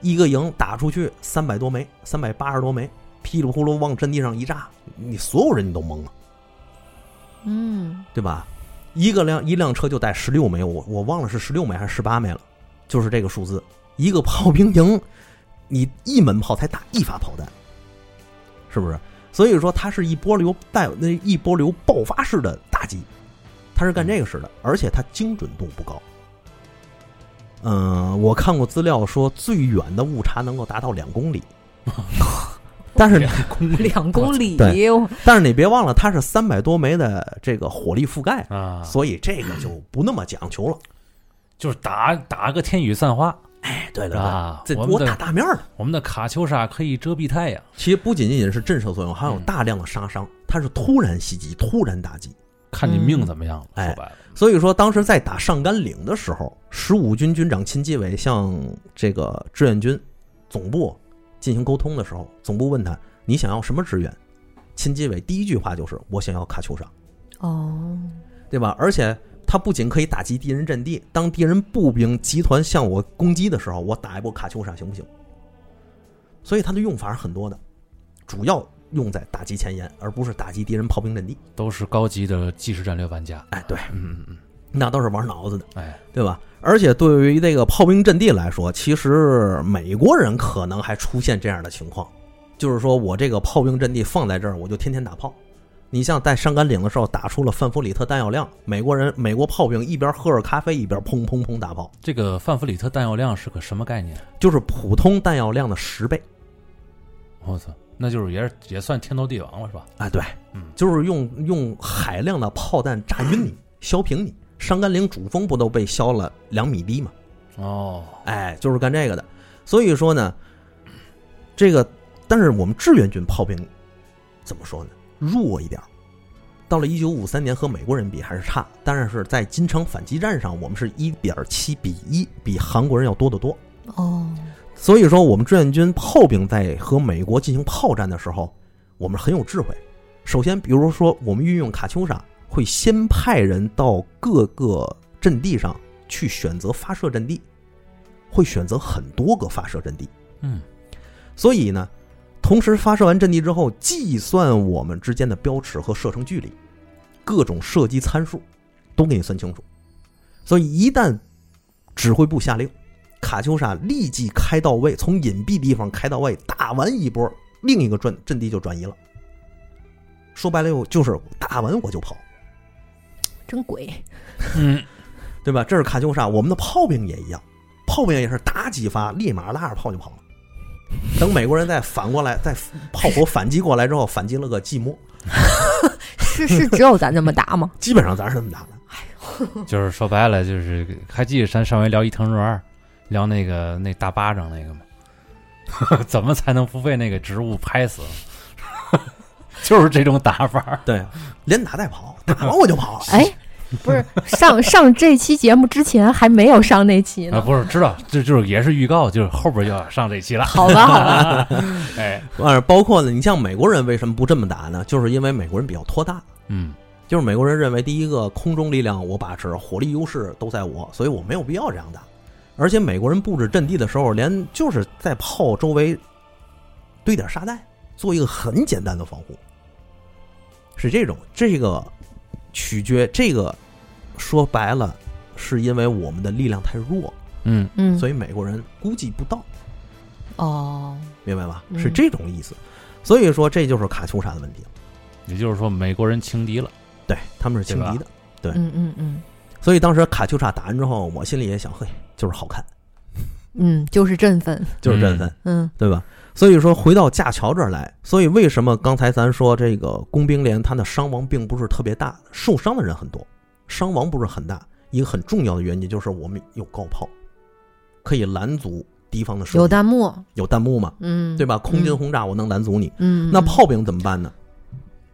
Speaker 3: 一个营打出去三百多枚，三百八十多枚，噼里呼噜往阵地上一炸，你所有人你都懵了，
Speaker 2: 嗯，
Speaker 3: 对吧？一个辆一辆车就带十六枚，我我忘了是十六枚还是十八枚了，就是这个数字。一个炮兵营，你一门炮才打一发炮弹，是不是？所以说它是一波流带那一波流爆发式的打击，它是干这个事的，而且它精准度不高。嗯，我看过资料说最远的误差能够达到两公里， 但是
Speaker 1: 公
Speaker 2: 两公里，
Speaker 3: 对
Speaker 2: 我
Speaker 3: 但是你别忘了它是三百多枚的这个火力覆盖，
Speaker 1: 啊，
Speaker 3: 所以这个就不那么讲求了。
Speaker 1: 就是打打个天雨散花，
Speaker 3: 哎，对
Speaker 1: 是
Speaker 3: 对对，
Speaker 1: 吧？
Speaker 3: 这
Speaker 1: 我
Speaker 3: 我
Speaker 1: 们
Speaker 3: 打
Speaker 1: 的
Speaker 3: 大面儿了。
Speaker 1: 我们的卡秋莎可以遮蔽太阳，
Speaker 3: 其实不仅仅是震慑作用，还有
Speaker 1: 嗯
Speaker 3: 大量的杀伤，它是突然袭击、突然打击。
Speaker 1: 看你命怎么样了。
Speaker 3: 嗯
Speaker 1: 说白了，
Speaker 3: 所以说，当时在打上甘岭的时候，十五军军长秦基伟向这个志愿军总部进行沟通的时候，总部问他：“你想要什么支援？”秦基伟第一句话就是：“我想要卡秋莎，
Speaker 2: 哦，
Speaker 3: 对吧？”而且他不仅可以打击敌人阵地，当敌人步兵集团向我攻击的时候，我打一波卡秋莎行不行？所以他的用法是很多的，主要用在打击前沿，而不是打击敌人炮兵阵地。
Speaker 1: 都是高级的即时战略玩家。
Speaker 3: 哎，对，
Speaker 1: 嗯嗯嗯，
Speaker 3: 那都是玩脑子的。
Speaker 1: 哎，
Speaker 3: 对吧？而且对于这个炮兵阵地来说，其实美国人可能还出现这样的情况，就是说我这个炮兵阵地放在这儿，我就天天打炮。你像在上甘岭的时候，打出了范弗里特弹药量，美国人美国炮兵一边喝着咖啡一边砰砰砰打炮，
Speaker 1: 这个范弗里特弹药量是个什么概念？
Speaker 3: 就是普通弹药量的十倍。
Speaker 1: 我操，那就是也是也算天头地王了，是吧？
Speaker 3: 啊，对，
Speaker 1: 嗯
Speaker 3: 就是用用海量的炮弹炸晕你、削平你。上甘岭主峰不都被削了两米低吗？
Speaker 1: 哦，
Speaker 3: 哎，就是干这个的。所以说呢，这个但是我们志愿军炮兵怎么说呢？弱一点儿。到了一九五三年和美国人比还是差，但是在金城反击战上，我们是一点七比一，比韩国人要多得多。
Speaker 2: 哦，
Speaker 3: 所以说，我们志愿军炮兵在和美国进行炮战的时候，我们很有智慧。首先，比如说我们运用卡秋莎，会先派人到各个阵地上去选择发射阵地，会选择很多个发射阵地。
Speaker 1: 嗯，
Speaker 3: 所以呢，同时发射完阵地之后，计算我们之间的标尺和射程距离，各种射击参数都给你算清楚。所以一旦指挥部下令，卡秋莎立即开到位，从隐蔽地方开到位，打完一波，另一个阵阵地就转移了。说白了，又就是打完我就跑，
Speaker 2: 真鬼，
Speaker 1: 嗯，
Speaker 3: 对吧？这是卡秋莎，我们的炮兵也一样，炮兵也是打几发，立马拉着炮就跑了。等美国人再反过来，再炮火反击过来之后，反击了个寂寞，
Speaker 2: 是是只有咱这么打吗？
Speaker 3: 基本上咱是这么打的。
Speaker 1: 就是说白了，就是还记得咱上回聊伊藤润二，聊那个那大巴掌那个吗？ 怎么才能不被那个植物拍死？ 就是这种打法儿。
Speaker 3: 对，连打带跑，打完我就跑。
Speaker 2: 哎，不是上上这期节目之前还没有上那期
Speaker 1: 啊，
Speaker 2: 呢，
Speaker 1: 不是知道，这就是也是预告，就是后边就要上这期了。
Speaker 2: 好吧好吧，
Speaker 1: 哎，
Speaker 3: 呃，包括呢，你像美国人为什么不这么打呢？就是因为美国人比较拖大，
Speaker 1: 嗯，
Speaker 3: 就是美国人认为第一个空中力量我把持，火力优势都在我，所以我没有必要这样打。而且美国人布置阵地的时候，连就是在炮周围堆点沙袋，做一个很简单的防护，是这种。这个取决这个说白了，是因为我们的力量太弱，
Speaker 1: 嗯，
Speaker 2: 嗯，
Speaker 3: 所以美国人估计不到。
Speaker 2: 哦，
Speaker 3: 明白吧？
Speaker 2: 嗯
Speaker 3: 是这种意思。所以说，这就是卡秋莎的问题了。
Speaker 1: 也就是说美国人轻敌了。
Speaker 3: 对，他们是轻
Speaker 1: 对
Speaker 3: 敌的。对
Speaker 2: 嗯嗯嗯
Speaker 3: 所以当时卡秋莎打完之后，我心里也想，嘿，就是好看，
Speaker 2: 嗯，就是振奋，
Speaker 3: 就是振奋，
Speaker 2: 嗯
Speaker 3: 对吧？所以说，回到架桥这儿来，所以为什么刚才咱说这个工兵连他的伤亡并不是特别大，受伤的人很多，伤亡不是很大。一个很重要的原因就是我们有高炮，可以拦阻敌方的射击
Speaker 2: 有弹幕，
Speaker 3: 有弹幕嘛，
Speaker 2: 嗯，
Speaker 3: 对吧？空军
Speaker 2: 嗯
Speaker 3: 轰炸我能拦阻你，
Speaker 2: 嗯，
Speaker 3: 那
Speaker 2: 嗯
Speaker 3: 炮兵怎么办呢？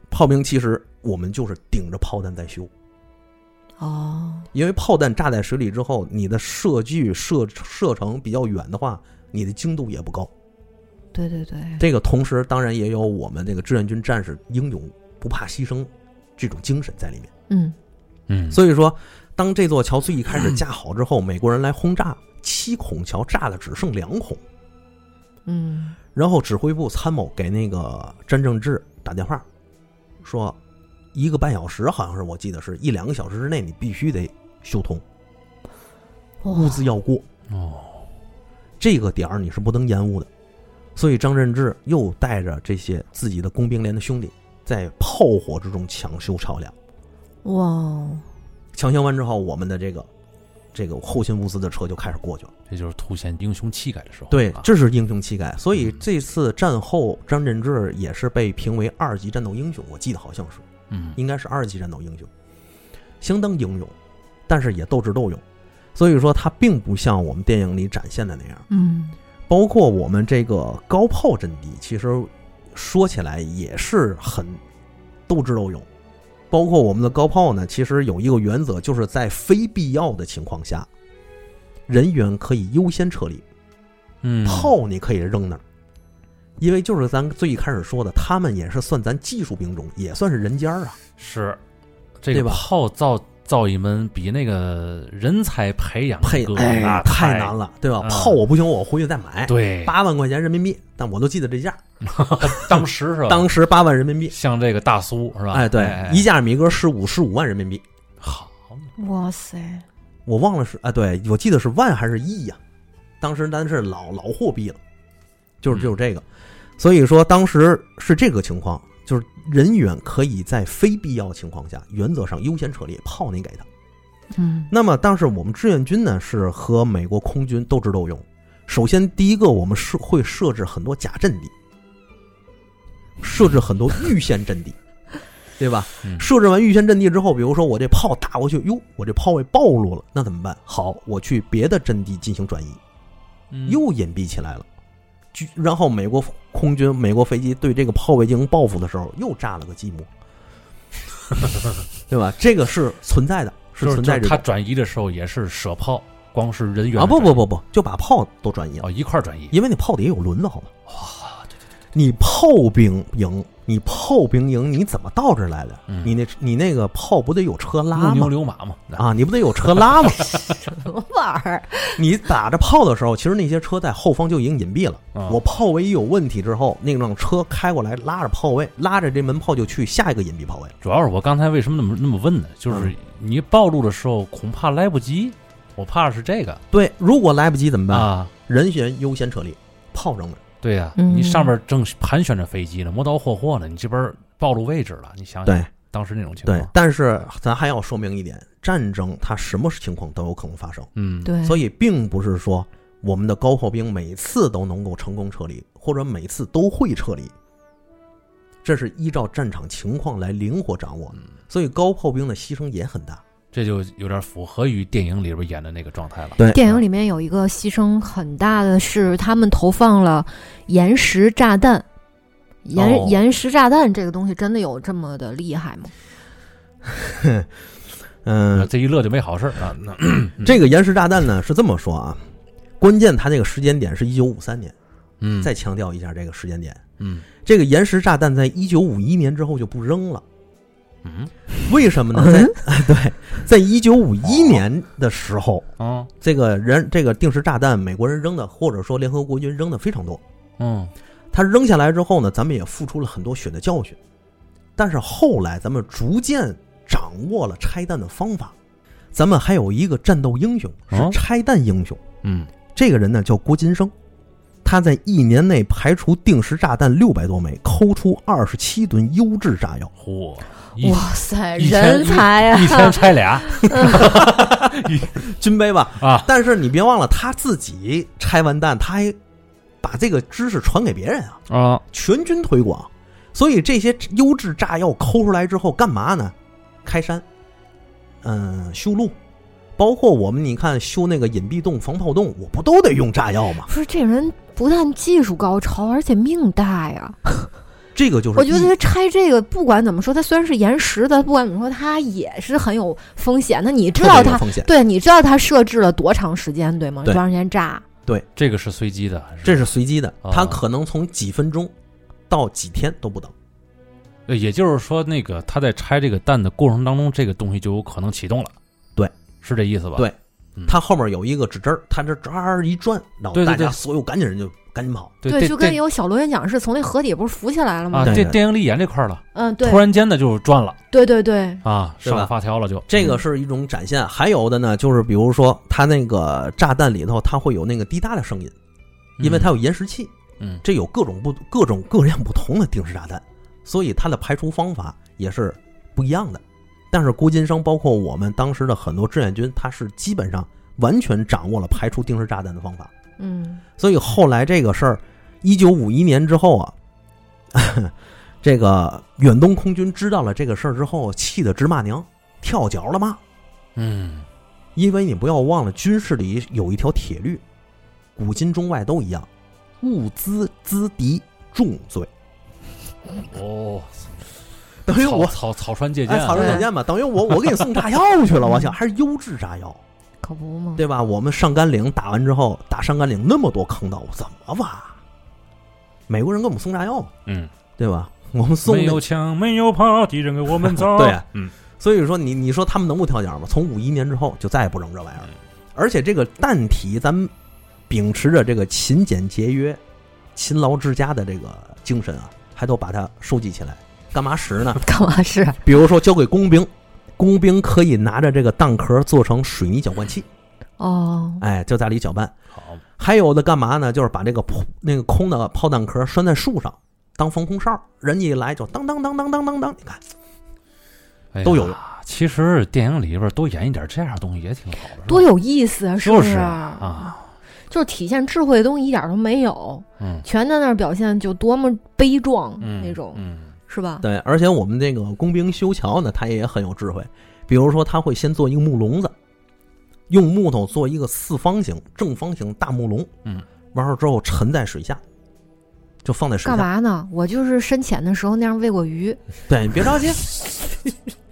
Speaker 3: 炮兵其实我们就是顶着炮弹在修，
Speaker 2: 哦，
Speaker 3: 因为炮弹炸在水里之后，你的射距射射程比较远的话，你的精度也不高。
Speaker 2: 对对对，
Speaker 3: 这个同时当然也有我们这个志愿军战士英勇不怕牺牲这种精神在里面。
Speaker 2: 嗯
Speaker 1: 嗯，
Speaker 3: 所以说，当这座桥最一开始架好之后，美国人来轰炸，七孔桥炸的只剩两孔，
Speaker 2: 嗯
Speaker 3: 然后指挥部参谋给那个詹正治打电话，说一个半小时，好像是我记得是一两个小时之内，你必须得修通，
Speaker 2: 哇
Speaker 3: 物资要过，
Speaker 1: 哦，
Speaker 3: 这个点儿你是不能延误的。所以张振志又带着这些自己的工兵连的兄弟，在炮火之中抢修桥梁。
Speaker 2: 哇哦，
Speaker 3: 抢修完之后，我们的这个这个后勤物资的车就开始过去了。
Speaker 1: 这就是凸显英雄气概的时候。
Speaker 3: 对
Speaker 1: 啊，
Speaker 3: 这是英雄气概。所以这次战后，张振志也是被评为二级战斗英雄，我记得好像是。
Speaker 1: 嗯，
Speaker 3: 应该是二级战斗英雄，相当英勇，但是也斗智斗勇。所以说它并不像我们电影里展现的那样。
Speaker 2: 嗯
Speaker 3: 包括我们这个高炮阵地，其实说起来也是很斗智斗勇。包括我们的高炮呢，其实有一个原则，就是在非必要的情况下，人员可以优先撤离，
Speaker 1: 嗯，
Speaker 3: 炮你可以扔那儿。因为就是咱最一开始说的，他们也是算咱技术兵种，也算是人尖儿啊。
Speaker 1: 是这
Speaker 3: 对
Speaker 1: 个
Speaker 3: 吧
Speaker 1: 炮造造诣们比那个人才培养
Speaker 3: 配
Speaker 1: 个
Speaker 3: 哎
Speaker 1: 那
Speaker 3: 太难了，对吧？
Speaker 1: 嗯
Speaker 3: 炮我不行，我回去再买，
Speaker 1: 对，
Speaker 3: 八万块钱人民币，但我都记得这价，
Speaker 1: 当时是吧？
Speaker 3: 当时八万人民币。
Speaker 1: 像这个大苏是吧？
Speaker 3: 哎，对，一架米格十五十五万人民币，
Speaker 1: 好
Speaker 2: 哇塞，
Speaker 3: 我忘了是啊，对我记得是万还是亿呀、当时咱是老老货币了，就是
Speaker 1: 嗯
Speaker 3: 就是这个，所以说当时是这个情况，就是人员可以在非必要情况下，原则上优先撤离，炮你给他。
Speaker 2: 嗯
Speaker 3: 那么当时我们志愿军呢是和美国空军斗智斗勇，首先第一个我们是会设置很多假阵地，设置很多预先阵地。对吧？
Speaker 1: 嗯
Speaker 3: 设置完预先阵地之后，比如说我这炮打过去，哟，我这炮位暴露了，那怎么办？好，我去别的阵地进行转移，
Speaker 1: 嗯
Speaker 3: 又隐蔽起来了。就然后美国空军、美国飞机对这个炮位进行报复的时候，又炸了个寂寞， 对吧？这个是存在的，是
Speaker 1: 就是
Speaker 3: 存在
Speaker 1: 就是
Speaker 3: 着
Speaker 1: 他转移的时候也是舍炮，光是人员
Speaker 3: 啊！
Speaker 1: 的
Speaker 3: 不
Speaker 1: 转移
Speaker 3: 不不不，就把炮都转移了，
Speaker 1: 哦一块儿转移，
Speaker 3: 因为你炮底下有轮子，好吗？哇，你炮兵营，你炮兵营，你怎么到这儿来的？
Speaker 1: 嗯
Speaker 3: 你那你那个炮不得有车
Speaker 1: 木
Speaker 3: 拉
Speaker 1: 牛
Speaker 3: 吗？
Speaker 1: 流马嘛
Speaker 3: 啊，你不得有车拉吗？
Speaker 2: 什么玩意儿？
Speaker 3: 你打着炮的时候，其实那些车在后方就已经隐蔽了。
Speaker 1: 啊
Speaker 3: 我炮位一有问题之后，那辆车开过来，拉着炮位，拉着这门炮就去下一个隐蔽炮位了。
Speaker 1: 主要是我刚才为什么那么那么问呢？就是
Speaker 3: 嗯
Speaker 1: 你暴露的时候恐怕来不及，我怕的是这个
Speaker 3: 对，如果来不及怎么办？
Speaker 1: 啊。
Speaker 3: 人员优先撤离，炮扔了。
Speaker 1: 对呀、
Speaker 2: 嗯
Speaker 1: 你上面正盘旋着飞机呢，磨刀霍霍呢，你这边暴露位置了，你想想
Speaker 3: 对
Speaker 1: 当时那种情
Speaker 3: 对
Speaker 1: 况，，
Speaker 3: 但是咱还要说明一点，战争它什么情况都有可能发生。
Speaker 1: 嗯，
Speaker 2: 对，
Speaker 3: 所以并不是说我们的高炮兵每次都能够成功撤离，或者每次都会撤离。这是依照战场情况来灵活掌
Speaker 1: 嗯
Speaker 3: 握的，所以高炮兵的牺牲也很 大。
Speaker 1: 这就有点符合于电影里边演的那个状态了。
Speaker 3: 对
Speaker 2: 电影里面有一个牺牲很大的是，他们投放了岩石炸弹。岩、
Speaker 1: 哦
Speaker 2: 岩石炸弹这个东西真的有这么的厉害吗？
Speaker 3: 嗯，
Speaker 1: 这一乐就没好事儿啊。 那
Speaker 3: 这个延时炸弹呢是这么说啊，关键它这个时间点是一九五三年，
Speaker 1: 嗯，
Speaker 3: 再强调一下这个时间点。
Speaker 1: 嗯
Speaker 3: 这个延时炸弹在一九五一年之后就不扔了，
Speaker 1: 嗯
Speaker 3: 为什么呢？在、 对，在一九五一年的时候，
Speaker 1: 哦
Speaker 3: 这个人这个定时炸弹，美国人扔的，或者说联合国军扔的非常多。
Speaker 1: 嗯
Speaker 3: 他扔下来之后呢，咱们也付出了很多血的教训。但是后来咱们逐渐掌握了拆弹的方法，咱们还有一个战斗英雄是
Speaker 1: 哦
Speaker 3: 拆弹英雄，
Speaker 1: 嗯
Speaker 3: 这个人呢叫郭金生，他在一年内排除定时炸弹六百多枚，抠出二十七吨优质炸药。
Speaker 1: 嚯，一
Speaker 2: 哇塞，
Speaker 1: 一天
Speaker 2: 人才
Speaker 1: 一天
Speaker 2: 啊！
Speaker 1: 拆俩
Speaker 3: 军杯吧。
Speaker 1: 啊，
Speaker 3: 但是你别忘了，他自己拆完弹，他还把这个知识传给别人啊，
Speaker 1: 啊，
Speaker 3: 全军推广。所以这些优质炸药抠出来之后，干嘛呢？开山，嗯、修路，包括我们你看修那个隐蔽洞、防炮洞，我不都得用炸药吗？
Speaker 2: 不是这人不但技术高超，而且命大呀！
Speaker 3: 这个就是
Speaker 2: 我觉得
Speaker 3: 一
Speaker 2: 他拆这个，不管怎么说，他虽然是岩石的，不管怎么说，他也是很有风险的。你知
Speaker 3: 特
Speaker 2: 道
Speaker 3: 别有
Speaker 2: 他，
Speaker 3: 风险，
Speaker 2: 对，你知道他设置了多长时间，对吗？
Speaker 3: 对
Speaker 2: 多长时间炸？
Speaker 1: 这个是随机的，
Speaker 3: 这是随机的，
Speaker 1: 啊
Speaker 3: 他可能从几分钟到几天都不等。
Speaker 1: 呃也就是说，那个他在拆这个蛋的过程当中，这个东西就有可能启动了。
Speaker 3: 对，
Speaker 1: 是这意思吧？
Speaker 3: 对
Speaker 1: 嗯
Speaker 3: 他后面有一个指针儿，他这抓儿一转，然后
Speaker 1: 对对
Speaker 3: 大家
Speaker 1: 对
Speaker 3: 所有赶紧人就赶紧跑。
Speaker 1: 对，这
Speaker 2: 就跟
Speaker 1: 这
Speaker 2: 有小螺旋桨似的，从那河底不是浮起来了吗？
Speaker 1: 啊，
Speaker 3: 对
Speaker 1: 这
Speaker 3: 对
Speaker 1: 电影里演这块儿了，
Speaker 2: 嗯，对
Speaker 1: 突，然间的就转了
Speaker 2: 对对对，
Speaker 1: 啊，
Speaker 3: 对吧
Speaker 1: 上发条了就
Speaker 3: 这个是一种展现，还有的呢，就是比如说它那个炸弹里头，它会有那个滴答的声音，因为它有延时器，
Speaker 1: 嗯
Speaker 3: 这有各种不各种各样不同的定时炸弹，所以它的排除方法也是不一样的。但是郭金生，包括我们当时的很多志愿军，他是基本上完全掌握了排除定时炸弹的方法。
Speaker 2: 嗯，
Speaker 3: 所以后来这个事儿，一九五一年之后啊， 这个远东空军知道了这个事儿之后，气得直骂娘，跳脚了骂。
Speaker 1: 嗯
Speaker 3: 因为你不要忘了，军事里有一条铁律，古今中外都一样，物资资敌重罪。
Speaker 1: 哦，
Speaker 3: 等于哎我
Speaker 1: 草草草船借
Speaker 3: 哎，
Speaker 1: 箭，
Speaker 3: 草船借箭吧，等于我我给你送炸药去了，我想还是优质炸药，
Speaker 2: 可不嘛。
Speaker 3: 对吧？我们上甘岭打完之后，打上甘岭那么多坑道，怎么挖？美国人给我们送炸药，
Speaker 1: 嗯，
Speaker 3: 对吧？我们送
Speaker 1: 没
Speaker 3: 那
Speaker 1: 有枪，没有炮，敌人给我们造。
Speaker 3: 对，啊
Speaker 1: 嗯，
Speaker 3: 所以说你你说他们能不跳脚吗？从五一年之后就再也不扔这玩意儿了
Speaker 1: 嗯。
Speaker 3: 而且这个弹体，咱们秉持着这个勤俭节约、勤劳之家的这个精神啊，还都把它收集起来，干嘛使 呢？
Speaker 2: 干嘛是？
Speaker 3: 比如说交给工兵，工兵可以拿着这个弹壳做成水泥搅拌器，
Speaker 2: 哦，
Speaker 3: 哎，就在里搅拌。
Speaker 1: 好，
Speaker 3: 还有的干嘛呢？就是把这个铺那个空的炮弹壳拴在树上当防空哨，人家一来就当当当当当当当，你看
Speaker 1: 哎呀
Speaker 3: 都有用。
Speaker 1: 其实电影里边多演一点这样的东西也挺好的，是吧
Speaker 2: 多有意思啊！是不
Speaker 1: 就是
Speaker 2: 啊
Speaker 1: 啊？
Speaker 2: 就是体现智慧的东西一点都没有，
Speaker 1: 嗯
Speaker 2: 全在那儿表现，就多么悲壮
Speaker 1: 嗯
Speaker 2: 那种，
Speaker 1: 嗯
Speaker 2: 是吧？
Speaker 3: 对，而且我们这个工兵修桥呢，他也很有智慧。比如说，他会先做一个木笼子，用木头做一个四方形、正方形大木笼，
Speaker 1: 嗯，
Speaker 3: 完事儿之后沉在水下，就放在水
Speaker 2: 干
Speaker 3: 下。
Speaker 2: 嘛呢？我就是深潜的时候那样喂过鱼，
Speaker 3: 对，你别着急，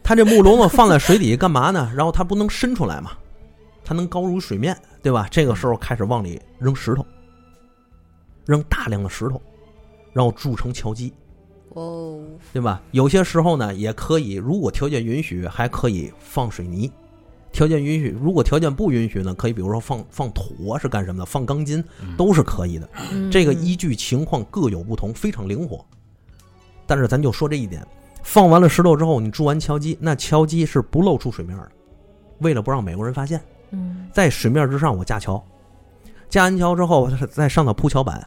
Speaker 3: 他这木笼子放在水底下干嘛呢？然后它不能伸出来嘛，它能高如水面，对吧？这个时候开始往里扔石头，扔大量的石头，然后筑成桥基。
Speaker 2: 哦，
Speaker 3: 对吧？有些时候呢，也可以，如果条件允许，还可以放水泥；条件允许，如果条件不允许呢，可以比如说放放土啊，是干什么的？放钢筋
Speaker 1: 嗯
Speaker 3: 都是可以的。
Speaker 2: 嗯
Speaker 3: 这个依据情况各有不同，非常灵活。但是咱就说这一点，放完了石头之后，你筑完桥基，那桥基是不露出水面的，为了不让美国人发现，
Speaker 2: 嗯
Speaker 3: 在水面之上我架桥，架完桥之后再上头铺桥板，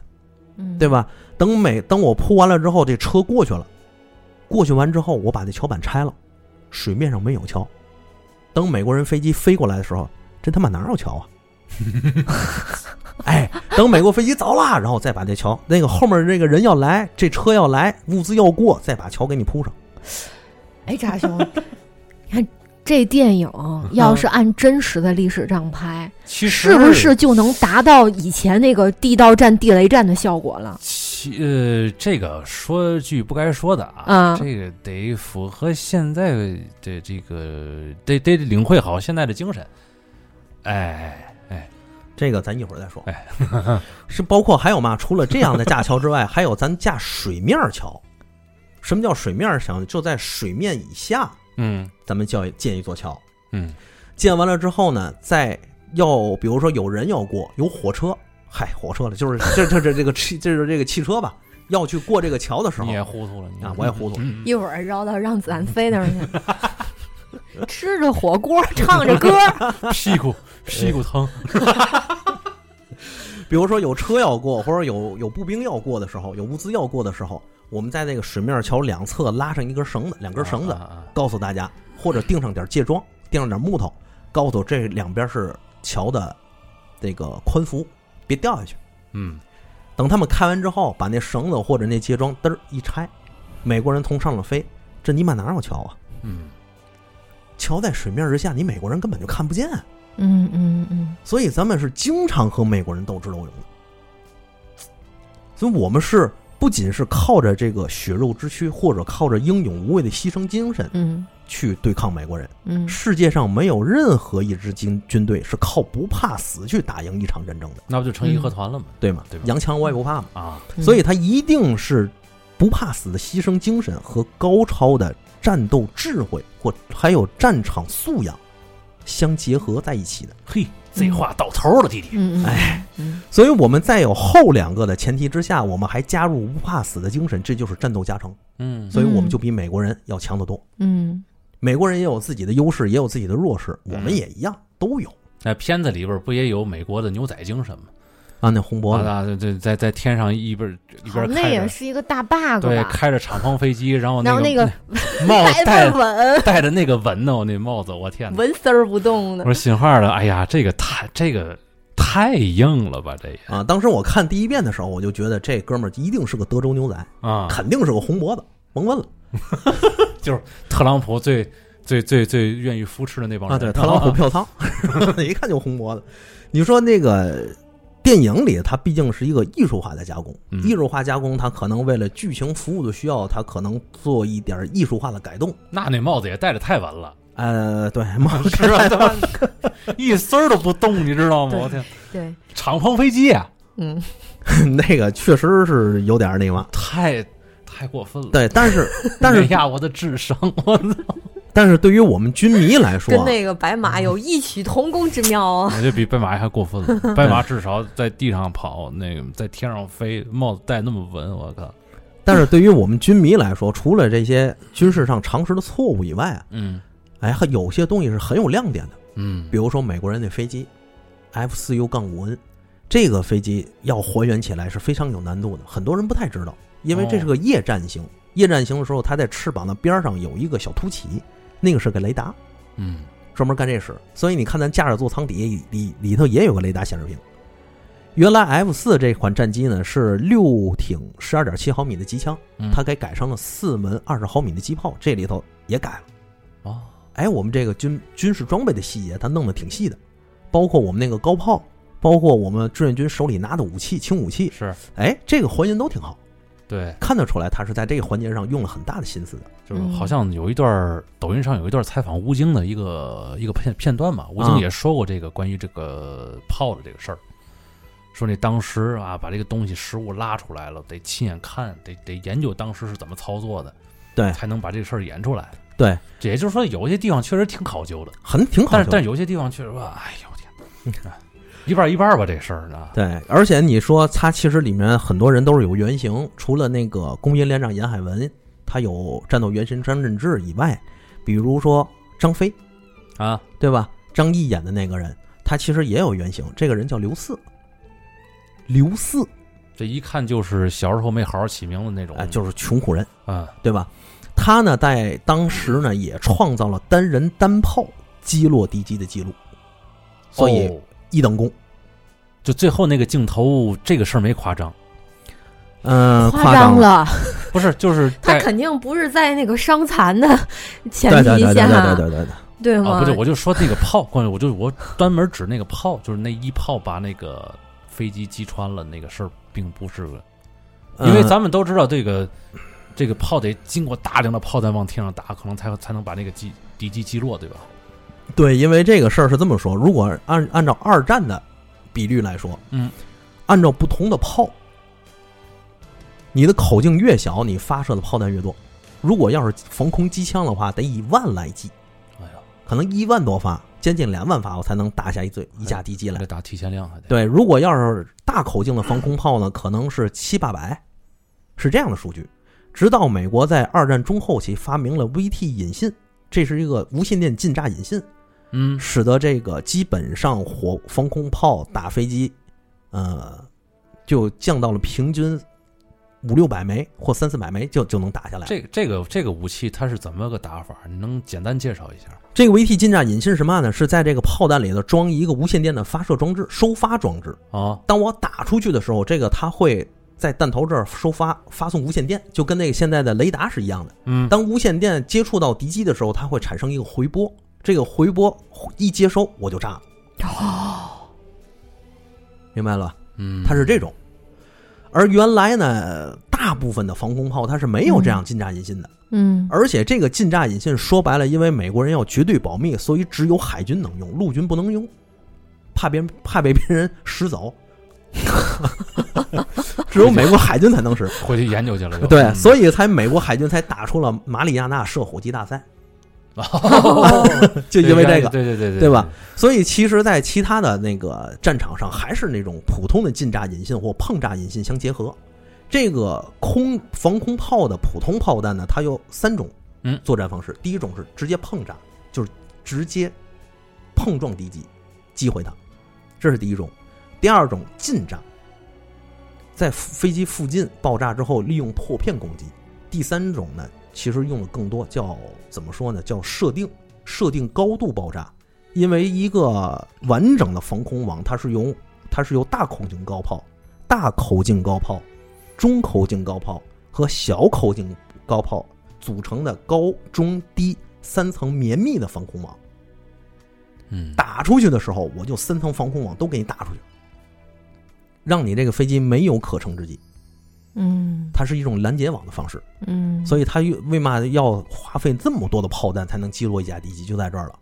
Speaker 2: 嗯，
Speaker 3: 对？吧？等每等我铺完了之后，这车过去了，过去完之后，我把这桥板拆了，水面上没有桥。等美国人飞机飞过来的时候，这他妈哪有桥啊？ 哎，等美国飞机走了，然后再把这桥，那个后面这个人要来，这车要来，物资要过，再把桥给你铺上。
Speaker 2: 哎，扎兄，你看这电 影要是按真实的历史上拍，
Speaker 1: 其实
Speaker 2: 是不是就能达到以前那个地道战、地雷战的效果了？
Speaker 1: 其呃，这个说句不该说的啊，
Speaker 2: 啊
Speaker 1: 这个得符合现在的这个，得得领会好现在的精神。哎，
Speaker 3: 这个咱一会儿再说
Speaker 1: 哎。
Speaker 3: 是包括还有嘛？除了这样的架桥之外，还有咱架水面桥。什么叫水面桥？就在水面以下，
Speaker 1: 嗯
Speaker 3: 咱们叫建一座桥。
Speaker 1: 嗯，
Speaker 3: 建完了之后呢，再要比如说有人要过，有火车，嗨，火车了，就是这这这这个汽，这是这个汽车吧，要去过这个桥的时候
Speaker 1: 你，也糊涂了，你
Speaker 3: 啊我也糊涂了
Speaker 1: 嗯
Speaker 2: 一会儿绕到让子弹飞那儿去， 吃着火锅，唱着歌，
Speaker 1: 屁 股屁股疼，
Speaker 3: 比如说有车要过，或者有有步兵要过的时候，有物资要过的时候，我们在那个水面桥两侧拉上一根绳子，两根绳子，
Speaker 1: 啊啊啊
Speaker 3: 告诉大家，或者钉上点界桩，钉上点木头，告诉这两边是桥的这个宽幅，别掉下去。
Speaker 1: 嗯，
Speaker 3: 等他们开完之后，把那绳子或者那接桩嘚儿一拆，美国人从上面飞，这尼玛哪有桥啊？
Speaker 1: 嗯，
Speaker 3: 桥在水面之下，你美国人根本就看不见。啊
Speaker 2: 嗯嗯嗯，
Speaker 3: 所以咱们是经常和美国人斗智斗勇的。所以我们是不仅是靠着这个血肉之躯，或者靠着英勇无畏的牺牲精神
Speaker 2: 嗯
Speaker 3: 去对抗美国人。
Speaker 2: 嗯，
Speaker 3: 世界上没有任何一支军军队是靠不怕死去打赢一场战争的，
Speaker 1: 那不就成义和团了吗？
Speaker 3: 对吗？
Speaker 1: 对吧
Speaker 3: 洋枪我也不怕嘛。
Speaker 1: 啊，
Speaker 2: 嗯
Speaker 3: 所以他一定是不怕死的牺牲精神和高超的战斗智慧，或还有战场素养相结合在一起的。
Speaker 1: 嘿，这话到头了，弟弟。
Speaker 2: 嗯嗯，
Speaker 3: 哎
Speaker 2: 嗯，
Speaker 3: 所以，我们在有后两个的前提之下，我们还加入不怕死的精神，这就是战斗加成。
Speaker 1: 嗯，
Speaker 3: 所以，我们就比美国人要强得多。
Speaker 2: 嗯
Speaker 3: 美国人也有自己的优势，也有自己的弱势，我们也一样都有
Speaker 1: 那片子里边不也有美国的牛仔精神吗？
Speaker 3: 啊。那红脖
Speaker 1: 啊，
Speaker 3: 子，
Speaker 1: 那这在在天上一边一
Speaker 2: 好，
Speaker 1: 边
Speaker 2: 那
Speaker 1: 开
Speaker 2: 也
Speaker 1: 着，
Speaker 2: 是一个大 bug
Speaker 1: 对，
Speaker 2: 吧？
Speaker 1: 开着敞篷飞机，然后
Speaker 2: 然后
Speaker 1: 那
Speaker 2: 那个
Speaker 1: 帽
Speaker 2: 白
Speaker 1: 戴
Speaker 2: 问稳，
Speaker 1: 戴着嗯那个纹呢，我那帽子，我天哪！
Speaker 2: 纹丝儿不动
Speaker 1: 我
Speaker 2: 的。
Speaker 1: 说信号的，哎呀，这个太这个太硬了吧，这也
Speaker 3: 啊，当时我看第一遍的时候，我就觉得这哥们儿一定是个德州牛仔，
Speaker 1: 啊，
Speaker 3: 肯定是个红脖子，甭问了。
Speaker 1: 特朗普最最最最愿意扶持的那帮人
Speaker 3: 啊，对，特朗普票仓， 一看就红脖子。你说那个电影里，它毕竟是一个艺术化的加工，
Speaker 1: 嗯
Speaker 3: 艺术化加工，它可能为了剧情服务的需要，它可能做一点艺术化的改动。
Speaker 1: 那那帽子也戴的太稳了，
Speaker 3: 呃， 对，帽
Speaker 1: 是吧？他妈一丝儿都不动，你知道吗？
Speaker 2: 对
Speaker 1: 我天，
Speaker 2: 对，
Speaker 1: 敞篷飞机啊，
Speaker 2: 嗯，
Speaker 3: 那个确实是有点那嘛。
Speaker 1: 太太过分了。
Speaker 3: 对，但 是但
Speaker 1: 哎
Speaker 3: 是
Speaker 1: 呀，我的智商，我操
Speaker 3: 但是对于我们军迷来说
Speaker 2: 跟
Speaker 3: 啊，
Speaker 2: 那个白马有异曲同工之妙哦。
Speaker 1: 我就比白马还过 分了。白马至少在地上跑，那个在天上飞，帽子戴那么稳，我靠。
Speaker 3: 但是对于我们军迷来说，除了这些军事上常识的错误以外啊，
Speaker 1: 嗯
Speaker 3: 哎，还有些东西是很有亮点的。
Speaker 1: 嗯
Speaker 3: 比如说美国人那飞机 F 四 U 杠五 N，这个飞机要还原起来是非常有难度的，很多人不太知道，因为这是个夜战型。夜战型的时候，它在翅膀的边上有一个小凸起，那个是个雷达，
Speaker 1: 嗯，
Speaker 3: 专门干这事。所以你看，咱驾驶座舱底下里里头也有个雷达显示屏。原来 F 四这款战机呢是六挺十二点七毫米的机枪，
Speaker 1: 嗯
Speaker 3: 它给改成了四门二十毫米的机炮，这里头也改了。
Speaker 1: 哦，
Speaker 3: 哎，我们这个军军事装备的细节，它弄得挺细的，包括我们那个高炮，包括我们志愿军手里拿的武器、轻武器，
Speaker 1: 是
Speaker 3: 哎，这个还原都挺好，
Speaker 1: 对，
Speaker 3: 看得出来他是在这个环节上用了很大的心思的。
Speaker 1: 就是
Speaker 2: 嗯
Speaker 1: 好像有一段儿抖音上有一段采访吴京的一个一个片片段嘛，吴京
Speaker 3: 啊
Speaker 1: 也说过这个关于这个炮的这个事儿，说那当时啊把这个东西实物拉出来了，得亲眼看，得得研究当时是怎么操作的，
Speaker 3: 对
Speaker 1: 才能把这个事儿演出来。
Speaker 3: 对，
Speaker 1: 这也就是说有些地方确实挺考究的，
Speaker 3: 很挺好
Speaker 1: 但
Speaker 3: 的，
Speaker 1: 是但是有些地方确实吧，哎呦我天，啊 一半儿一半儿吧这事儿呢，
Speaker 3: 对，而且你说它其实里面很多人都是有原型，除了那个工兵连长严海文，他有战斗原型张振志以外，比如说张飞，
Speaker 1: 啊，
Speaker 3: 对吧？张译演的那个人，他其实也有原型，这个人叫刘四，刘四
Speaker 1: 这一看就是小时候没好好起名字那种，
Speaker 3: 啊、就是穷苦人。
Speaker 1: 嗯
Speaker 3: 对吧？他呢，在当时呢，也创造了单人单炮击落敌机的记录，所以
Speaker 1: 哦
Speaker 3: 一等功。
Speaker 1: 就最后那个镜头，这个事儿没夸 张，
Speaker 3: 嗯、
Speaker 2: 夸
Speaker 3: 夸
Speaker 2: 张
Speaker 3: 了，
Speaker 2: 了，
Speaker 1: 不是，就是
Speaker 2: 他
Speaker 1: 在
Speaker 2: 肯定不是在那个伤残的前
Speaker 3: 对对
Speaker 2: 提
Speaker 3: 对对
Speaker 2: 下，
Speaker 3: 对对对对，
Speaker 2: 对
Speaker 1: 啊，
Speaker 2: 吗？
Speaker 1: 不对，我就说那个炮，关键我就我专门指那个炮，就是那一炮把那个飞机击穿了那个事儿，并不是个，因为
Speaker 3: 嗯
Speaker 1: 咱们都知道这个、这个炮得经过大量的炮弹往天上打，可能才才能把那个击敌机击落，对吧？
Speaker 3: 对，因为这个事儿是这么说，如果按按照二战的比率来说，
Speaker 1: 嗯，
Speaker 3: 按照不同的炮，你的口径越小，你发射的炮弹越多。如果要是防空机枪的话，得以万来计，
Speaker 1: 哎呀，
Speaker 3: 可能一万多发，接近两万发，我才能打下一最一架敌机
Speaker 1: 那
Speaker 3: 来
Speaker 1: 个。打提前量还得，
Speaker 3: 对，如果要是大口径的防空炮呢，可能是七八百，是这样的数据。直到美国在二战中后期发明了 VT 引信，这是一个无线电近炸引信，
Speaker 1: 嗯，
Speaker 3: 使得这个基本上火防空炮打飞机，呃，就降到了平均五六百枚或三四百枚就就能打下来。
Speaker 1: 这个这个这个武器它是怎么个打法？你能简单介绍一下？
Speaker 3: 这个 VT 近炸引信是嘛呢？是在这个炮弹里头装一个无线电的发射装置、收发装置。
Speaker 1: 啊，
Speaker 3: 当我打出去的时候，这个它会在弹头这儿收发发送无线电，就跟那个现在的雷达是一样的。
Speaker 1: 嗯，
Speaker 3: 当无线电接触到敌机的时候，它会产生一个回波，这个回波一接收我就炸了。明白了吧？
Speaker 1: 嗯，
Speaker 3: 它是这种。而原来呢，大部分的防空炮它是没有这样近炸引信的，
Speaker 2: 嗯
Speaker 3: 而且这个近炸引信说白了，因为美国人要绝对保密，所以只有海军能用，陆军不能用，怕别人怕被别人拾走。 只有美国海军才能使，
Speaker 1: 回去研究去了就。
Speaker 3: 对，
Speaker 1: 嗯
Speaker 3: 所以才美国海军才打出了马里亚纳射火机大赛， 就因为这个。
Speaker 1: 对对对对
Speaker 3: 对吧？所以其实，在其他的那个战场上，还是那种普通的近炸引信或碰炸引信相结合。这个空防空炮的普通炮弹呢，它有三种
Speaker 1: 嗯
Speaker 3: 作战方式。第一种是直接碰炸，就是直接碰撞敌机，击毁它，这是第一种。第二种近炸，在飞机附近爆炸之后，利用破片攻击。第三种呢，其实用的更多，叫怎么说呢？叫设定，设定高度爆炸。因为一个完整的防空网，它是由它是由大口径高炮、大口径高炮、中口径高炮和小口径高炮组成的高中低三层绵密的防空网。
Speaker 1: 嗯，
Speaker 3: 打出去的时候，我就三层防空网都给你打出去，让你这个飞机没有可乘之机。
Speaker 2: 嗯
Speaker 3: 它是一种拦截网的方式，
Speaker 2: 嗯，
Speaker 3: 所
Speaker 2: 以
Speaker 3: 以它又为嘛要花费这么多的炮弹才能击落一架敌机，就在这儿了。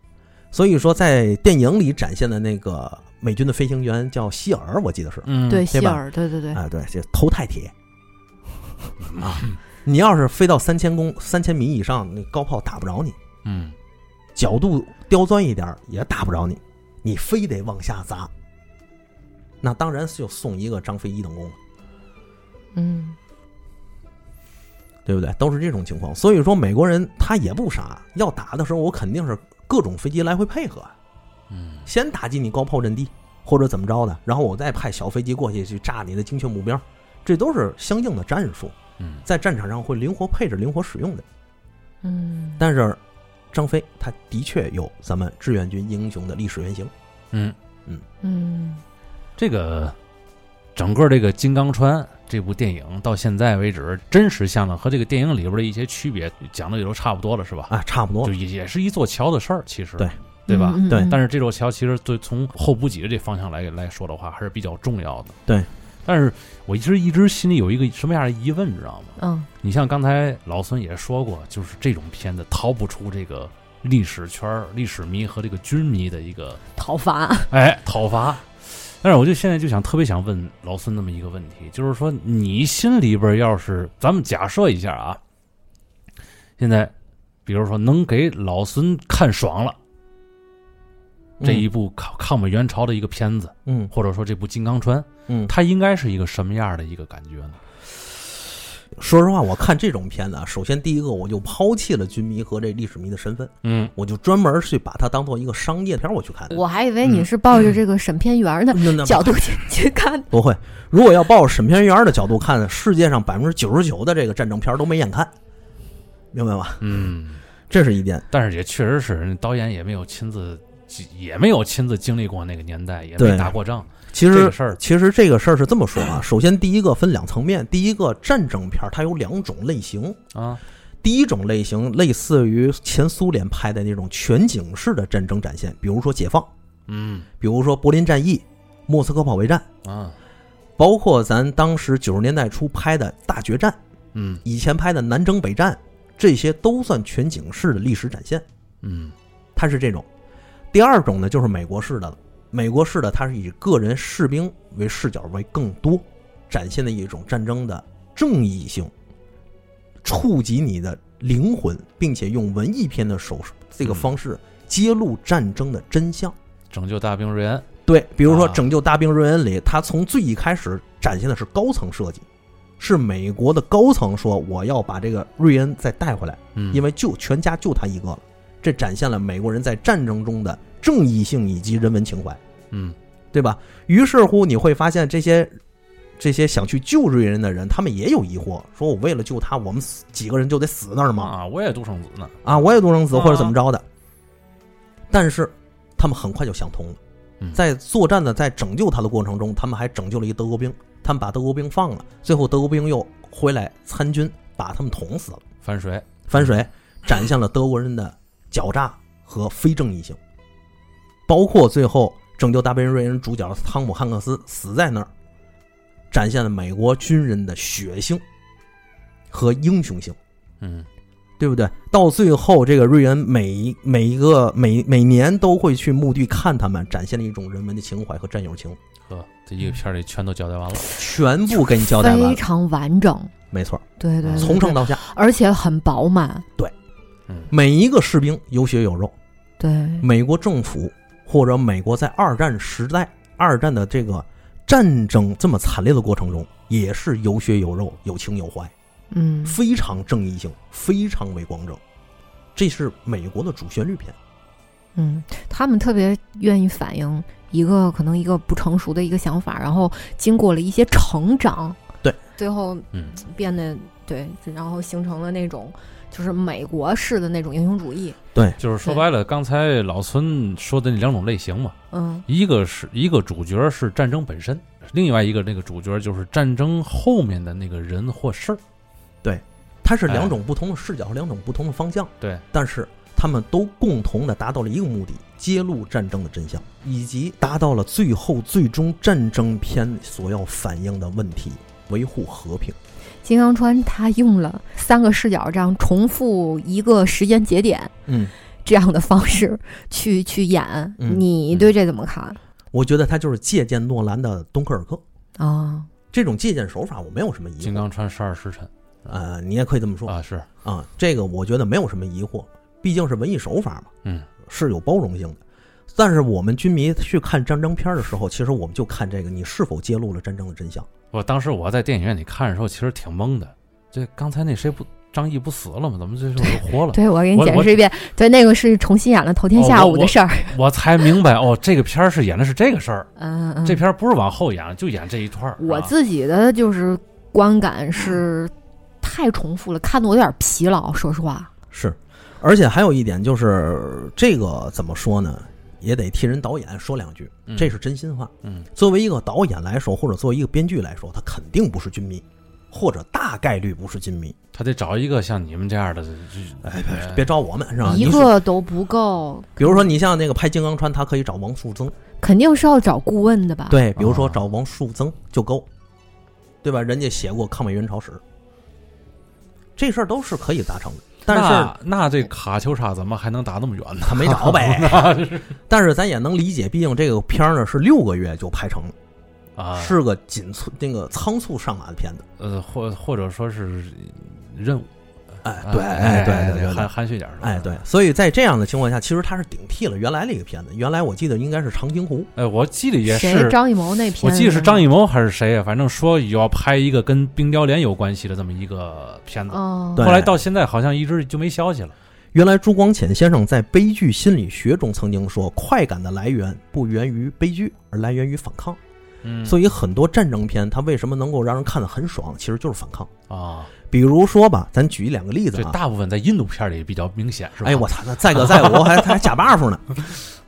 Speaker 3: 所以说，在电影里展现的那个美军的飞行员叫希尔，我记得是，
Speaker 1: 嗯，
Speaker 2: 对
Speaker 3: 对
Speaker 2: 希
Speaker 3: 吧
Speaker 2: 尔，对对对，
Speaker 3: 啊，对，这头太铁啊！你要是飞到三千公三千米以上，那高炮打不着你，
Speaker 1: 嗯，
Speaker 3: 角度刁钻一点儿也打不着你，你非得往下砸。那当然就送一个张飞一等功了，
Speaker 2: 嗯
Speaker 3: 对不对？都是这种情况。所以说，美国人他也不傻，要打的时候我肯定是各种飞机来回配合，
Speaker 1: 嗯，
Speaker 3: 先打击你高炮阵地或者怎么着的，然后我再派小飞机过去去炸你的精确目标，这都是相应的战术，
Speaker 1: 嗯，
Speaker 3: 在战场上会灵活配置、灵活使用的。
Speaker 2: 嗯，
Speaker 3: 但是张飞他的确有咱们志愿军英雄的历史原型。
Speaker 1: 嗯，
Speaker 2: 嗯
Speaker 1: 这个整个这个《金刚川》这部电影到现在为止，真实像的和这个电影里边的一些区别讲的也都差不多了，是吧？
Speaker 3: 啊，差不多
Speaker 1: 就。也也是一座桥的事儿，其实
Speaker 3: 对
Speaker 1: 对吧？
Speaker 2: 嗯嗯
Speaker 3: 对
Speaker 2: 嗯
Speaker 1: 但是这座桥其实对从后补给的这方向来来说的话，还是比较重要的。
Speaker 3: 对，
Speaker 1: 但是我其实一直心里有一个什么样的疑问，你知道吗？
Speaker 2: 嗯
Speaker 1: 你像刚才老孙也说过，就是这种片子逃不出这个历史圈儿、历史迷和这个军迷的一个
Speaker 2: 讨伐，
Speaker 1: 哎讨伐。但是我就现在就想特别想问老孙那么一个问题，就是说你心里边要是咱们假设一下啊，现在比如说能给老孙看爽了这一部抗抗美援朝的一个片子，
Speaker 3: 嗯
Speaker 1: 或者说这部《金刚川》，
Speaker 3: 嗯，
Speaker 1: 它应该是一个什么样的一个感觉呢？
Speaker 3: 说实话，我看这种片子啊，首先第一个我就抛弃了军迷和这历史迷的身份，
Speaker 1: 嗯，
Speaker 3: 我就专门去把它当做一个商业片我去看。
Speaker 2: 我还以为你是抱着这个审片员的
Speaker 3: 那那
Speaker 2: 角度去去看，
Speaker 3: 不会，如果要抱着审片员的角度看，世界上百分之九十九的这个战争片都没眼看，明白吧？
Speaker 1: 嗯，
Speaker 3: 这是一点。
Speaker 1: 但是也确实是，那导演也没有亲自，也没有亲自经历过那个年代，也
Speaker 3: 对
Speaker 1: 没打过仗，
Speaker 3: 其
Speaker 1: 这
Speaker 3: 实
Speaker 1: 个事儿，
Speaker 3: 其实这个事儿是这么说啊， 首先第一个分两层面，第一个战争片儿它有两种类型，
Speaker 1: 啊，
Speaker 3: 第一种类型类似于前苏联拍的那种全景式的战争展现，比如说解放，
Speaker 1: 嗯
Speaker 3: 比如说柏林战役、莫斯科保卫战，
Speaker 1: 啊，
Speaker 3: 包括咱当时九十年代初拍的大决战，
Speaker 1: 嗯
Speaker 3: 以前拍的南征北战，这些都算全景式的历史展现，
Speaker 1: 嗯
Speaker 3: 它是这种。第二种呢，就是美国式的了，美国式的它是以个人士兵为视角为更多，展现的一种战争的正义性，触及你的灵魂，并且用文艺片的手这个方式揭露战争的真相。
Speaker 1: 拯救大兵瑞恩，
Speaker 3: 对，比如说
Speaker 1: 啊
Speaker 3: 《拯救大兵瑞恩》里，他从最一开始展现的是高层设计，是美国的高层说我要把这个瑞恩再带回来，
Speaker 1: 嗯，
Speaker 3: 因为就全家就他一个了，这展现了美国人在战争中的正义性以及人文情怀，
Speaker 1: 嗯
Speaker 3: 对吧？于是乎你会发现这些。这些想去救瑞恩的人，他们也有疑惑，说我为了救他，我们死几个人就得死那儿吗？
Speaker 1: 啊，我也独生子呢，
Speaker 3: 啊，我也独生子
Speaker 1: 啊
Speaker 3: 或者怎么着的。但是他们很快就想通了
Speaker 1: 嗯，
Speaker 3: 在作战的在拯救他的过程中，他们还拯救了一德国兵，他们把德国兵放了，最后德国兵又回来参军，把他们捅死了。
Speaker 1: 反水，
Speaker 3: 反水展现了德国人的狡诈和非正义性，包括最后拯救大兵瑞恩主角汤姆汉克斯死在那儿，展现了美国军人的血性和英雄性。
Speaker 1: 嗯
Speaker 3: 对不对？到最后，这个瑞恩每一每一个每每年都会去墓地看他们，展现了一种人文的情怀和战友情，
Speaker 1: 呵，这一个片儿里全都交代完了，
Speaker 3: 全部给你交代完
Speaker 2: 非
Speaker 3: 了。
Speaker 2: 常完整，
Speaker 3: 没错，
Speaker 2: 对对，对
Speaker 3: 从上
Speaker 2: 对
Speaker 3: 到下，
Speaker 2: 而且很饱满，
Speaker 1: 嗯
Speaker 3: 每一个士兵有血有肉。
Speaker 2: 对，
Speaker 3: 美国政府或者美国在二战时代、二战的这个战争这么惨烈的过程中，也是有血有肉、有情有怀，
Speaker 2: 嗯
Speaker 3: 非常正义性，非常为光正。这是美国的主旋律片。
Speaker 2: 嗯，他们特别愿意反映一个可能一个不成熟的一个想法，然后经过了一些成长，
Speaker 3: 对，
Speaker 2: 最后
Speaker 1: 嗯
Speaker 2: 变得对，然后形成了那种就是美国式的那种英雄主义，
Speaker 1: 就是说白了，刚才老孙说的那两种类型嘛，
Speaker 2: 嗯
Speaker 1: 一个是一个主角是战争本身，另外一个那个主角就是战争后面的那个人或事儿，
Speaker 3: 它是
Speaker 1: 哎
Speaker 3: 两种不同的视角和两种不同的方向，
Speaker 1: 对，
Speaker 3: 但是他们都共同的达到了一个目的，揭露战争的真相，以及达到了最后最终战争片所要反映的问题，维护和平。
Speaker 2: 金刚川他用了三个视角这样重复一个时间节点
Speaker 3: 嗯，
Speaker 2: 这样的方式去去演，
Speaker 3: 嗯
Speaker 2: 你对这怎么看
Speaker 3: 我觉得他就是借鉴诺兰的《敦刻尔克》
Speaker 2: 啊？
Speaker 3: 这种借鉴手法，我没有什么疑
Speaker 1: 金
Speaker 3: 惑。
Speaker 1: 刚川十二时辰
Speaker 3: 呃，你也可以这么说啊、
Speaker 1: 啊，是
Speaker 3: 这个我觉得没有什么疑惑，毕竟是文艺手法嘛，
Speaker 1: 嗯，
Speaker 3: 是有包容性的。但是我们军迷去看战争片的时候，其实我们就看这个你是否揭露了战争的真相。
Speaker 1: 我当时我在电影院里看的时候，其实挺懵的。这刚才那谁不张译不死了吗？怎么这就又 活了？
Speaker 2: 对，我给你
Speaker 1: 我
Speaker 2: 解
Speaker 1: 我
Speaker 2: 释一遍，对，那个是重新演了头天
Speaker 1: 哦
Speaker 2: 下
Speaker 1: 我
Speaker 2: 午的
Speaker 1: 我
Speaker 2: 事儿。
Speaker 1: 我才明白哦，这个片儿是演的是这个事儿，
Speaker 2: 嗯嗯，
Speaker 1: 这片儿不是往后演，就演这一段儿。
Speaker 2: 我
Speaker 1: 啊
Speaker 2: 自己的就是观感是
Speaker 3: 嗯
Speaker 2: 太重复了，看得我有点疲劳，说实话。
Speaker 3: 是，而且还有一点就是，这个怎么说呢？也得替人导演说两句，
Speaker 1: 嗯
Speaker 3: 这是真心话。
Speaker 1: 嗯
Speaker 3: 作为一个导演来说，或者作为一个编剧来说，他肯定不是军迷，或者大概率不是军迷。
Speaker 1: 他得找一个像你们这样的，就
Speaker 3: 哎，别别找我们是吧？
Speaker 2: 一
Speaker 3: 你是
Speaker 2: 个都不够，
Speaker 3: 比如说你像那个拍《金刚川》，他可以找王树增，
Speaker 2: 肯定是要找顾问的吧？，
Speaker 3: 对，比如说
Speaker 1: 啊
Speaker 3: 找王树增就够，对吧？人家写过《抗美援朝史》，这事儿都是可以达成的。但是
Speaker 1: 那那这卡秋莎怎么还能打那么远呢？
Speaker 3: 他没 找呗，但是咱也能理解，毕竟这个片儿呢是六个月就拍成了，
Speaker 1: 啊，
Speaker 3: 是个紧促那个仓促上马的片子。
Speaker 1: 呃，或或者说是任务，
Speaker 3: 哎，
Speaker 1: 啊
Speaker 3: 对，哎，对对对
Speaker 1: 含
Speaker 3: 对，
Speaker 1: 含蓄点儿说，
Speaker 3: 哎对，所以在这样的情况下，其实它是顶替了原来那个片子。原来我记得应该是《长津湖》，
Speaker 1: 哎，我记得也
Speaker 2: 谁
Speaker 1: 是，
Speaker 2: 张艺谋那片，
Speaker 1: 我记得是张艺谋还是谁呀？反正说要拍一个跟冰雕连有关系的这么一个片子，
Speaker 2: 哦，
Speaker 3: 对
Speaker 1: 后来到现在好像一直就没消息了。
Speaker 3: 原来朱光潜先生在《悲剧心理学》中曾经说，快感的来源不源于悲剧，而来源于反抗。
Speaker 1: 嗯，
Speaker 3: 所以很多战争片，它为什么能够让人看得很爽，其实就是反抗。
Speaker 1: 啊，
Speaker 3: 比如说吧，咱举一两个例子
Speaker 1: 这
Speaker 3: 啊。
Speaker 1: 大部分在印度片里比较明显，是吧？
Speaker 3: 哎，我操，那再搁再搁，我还还还假 buff 呢，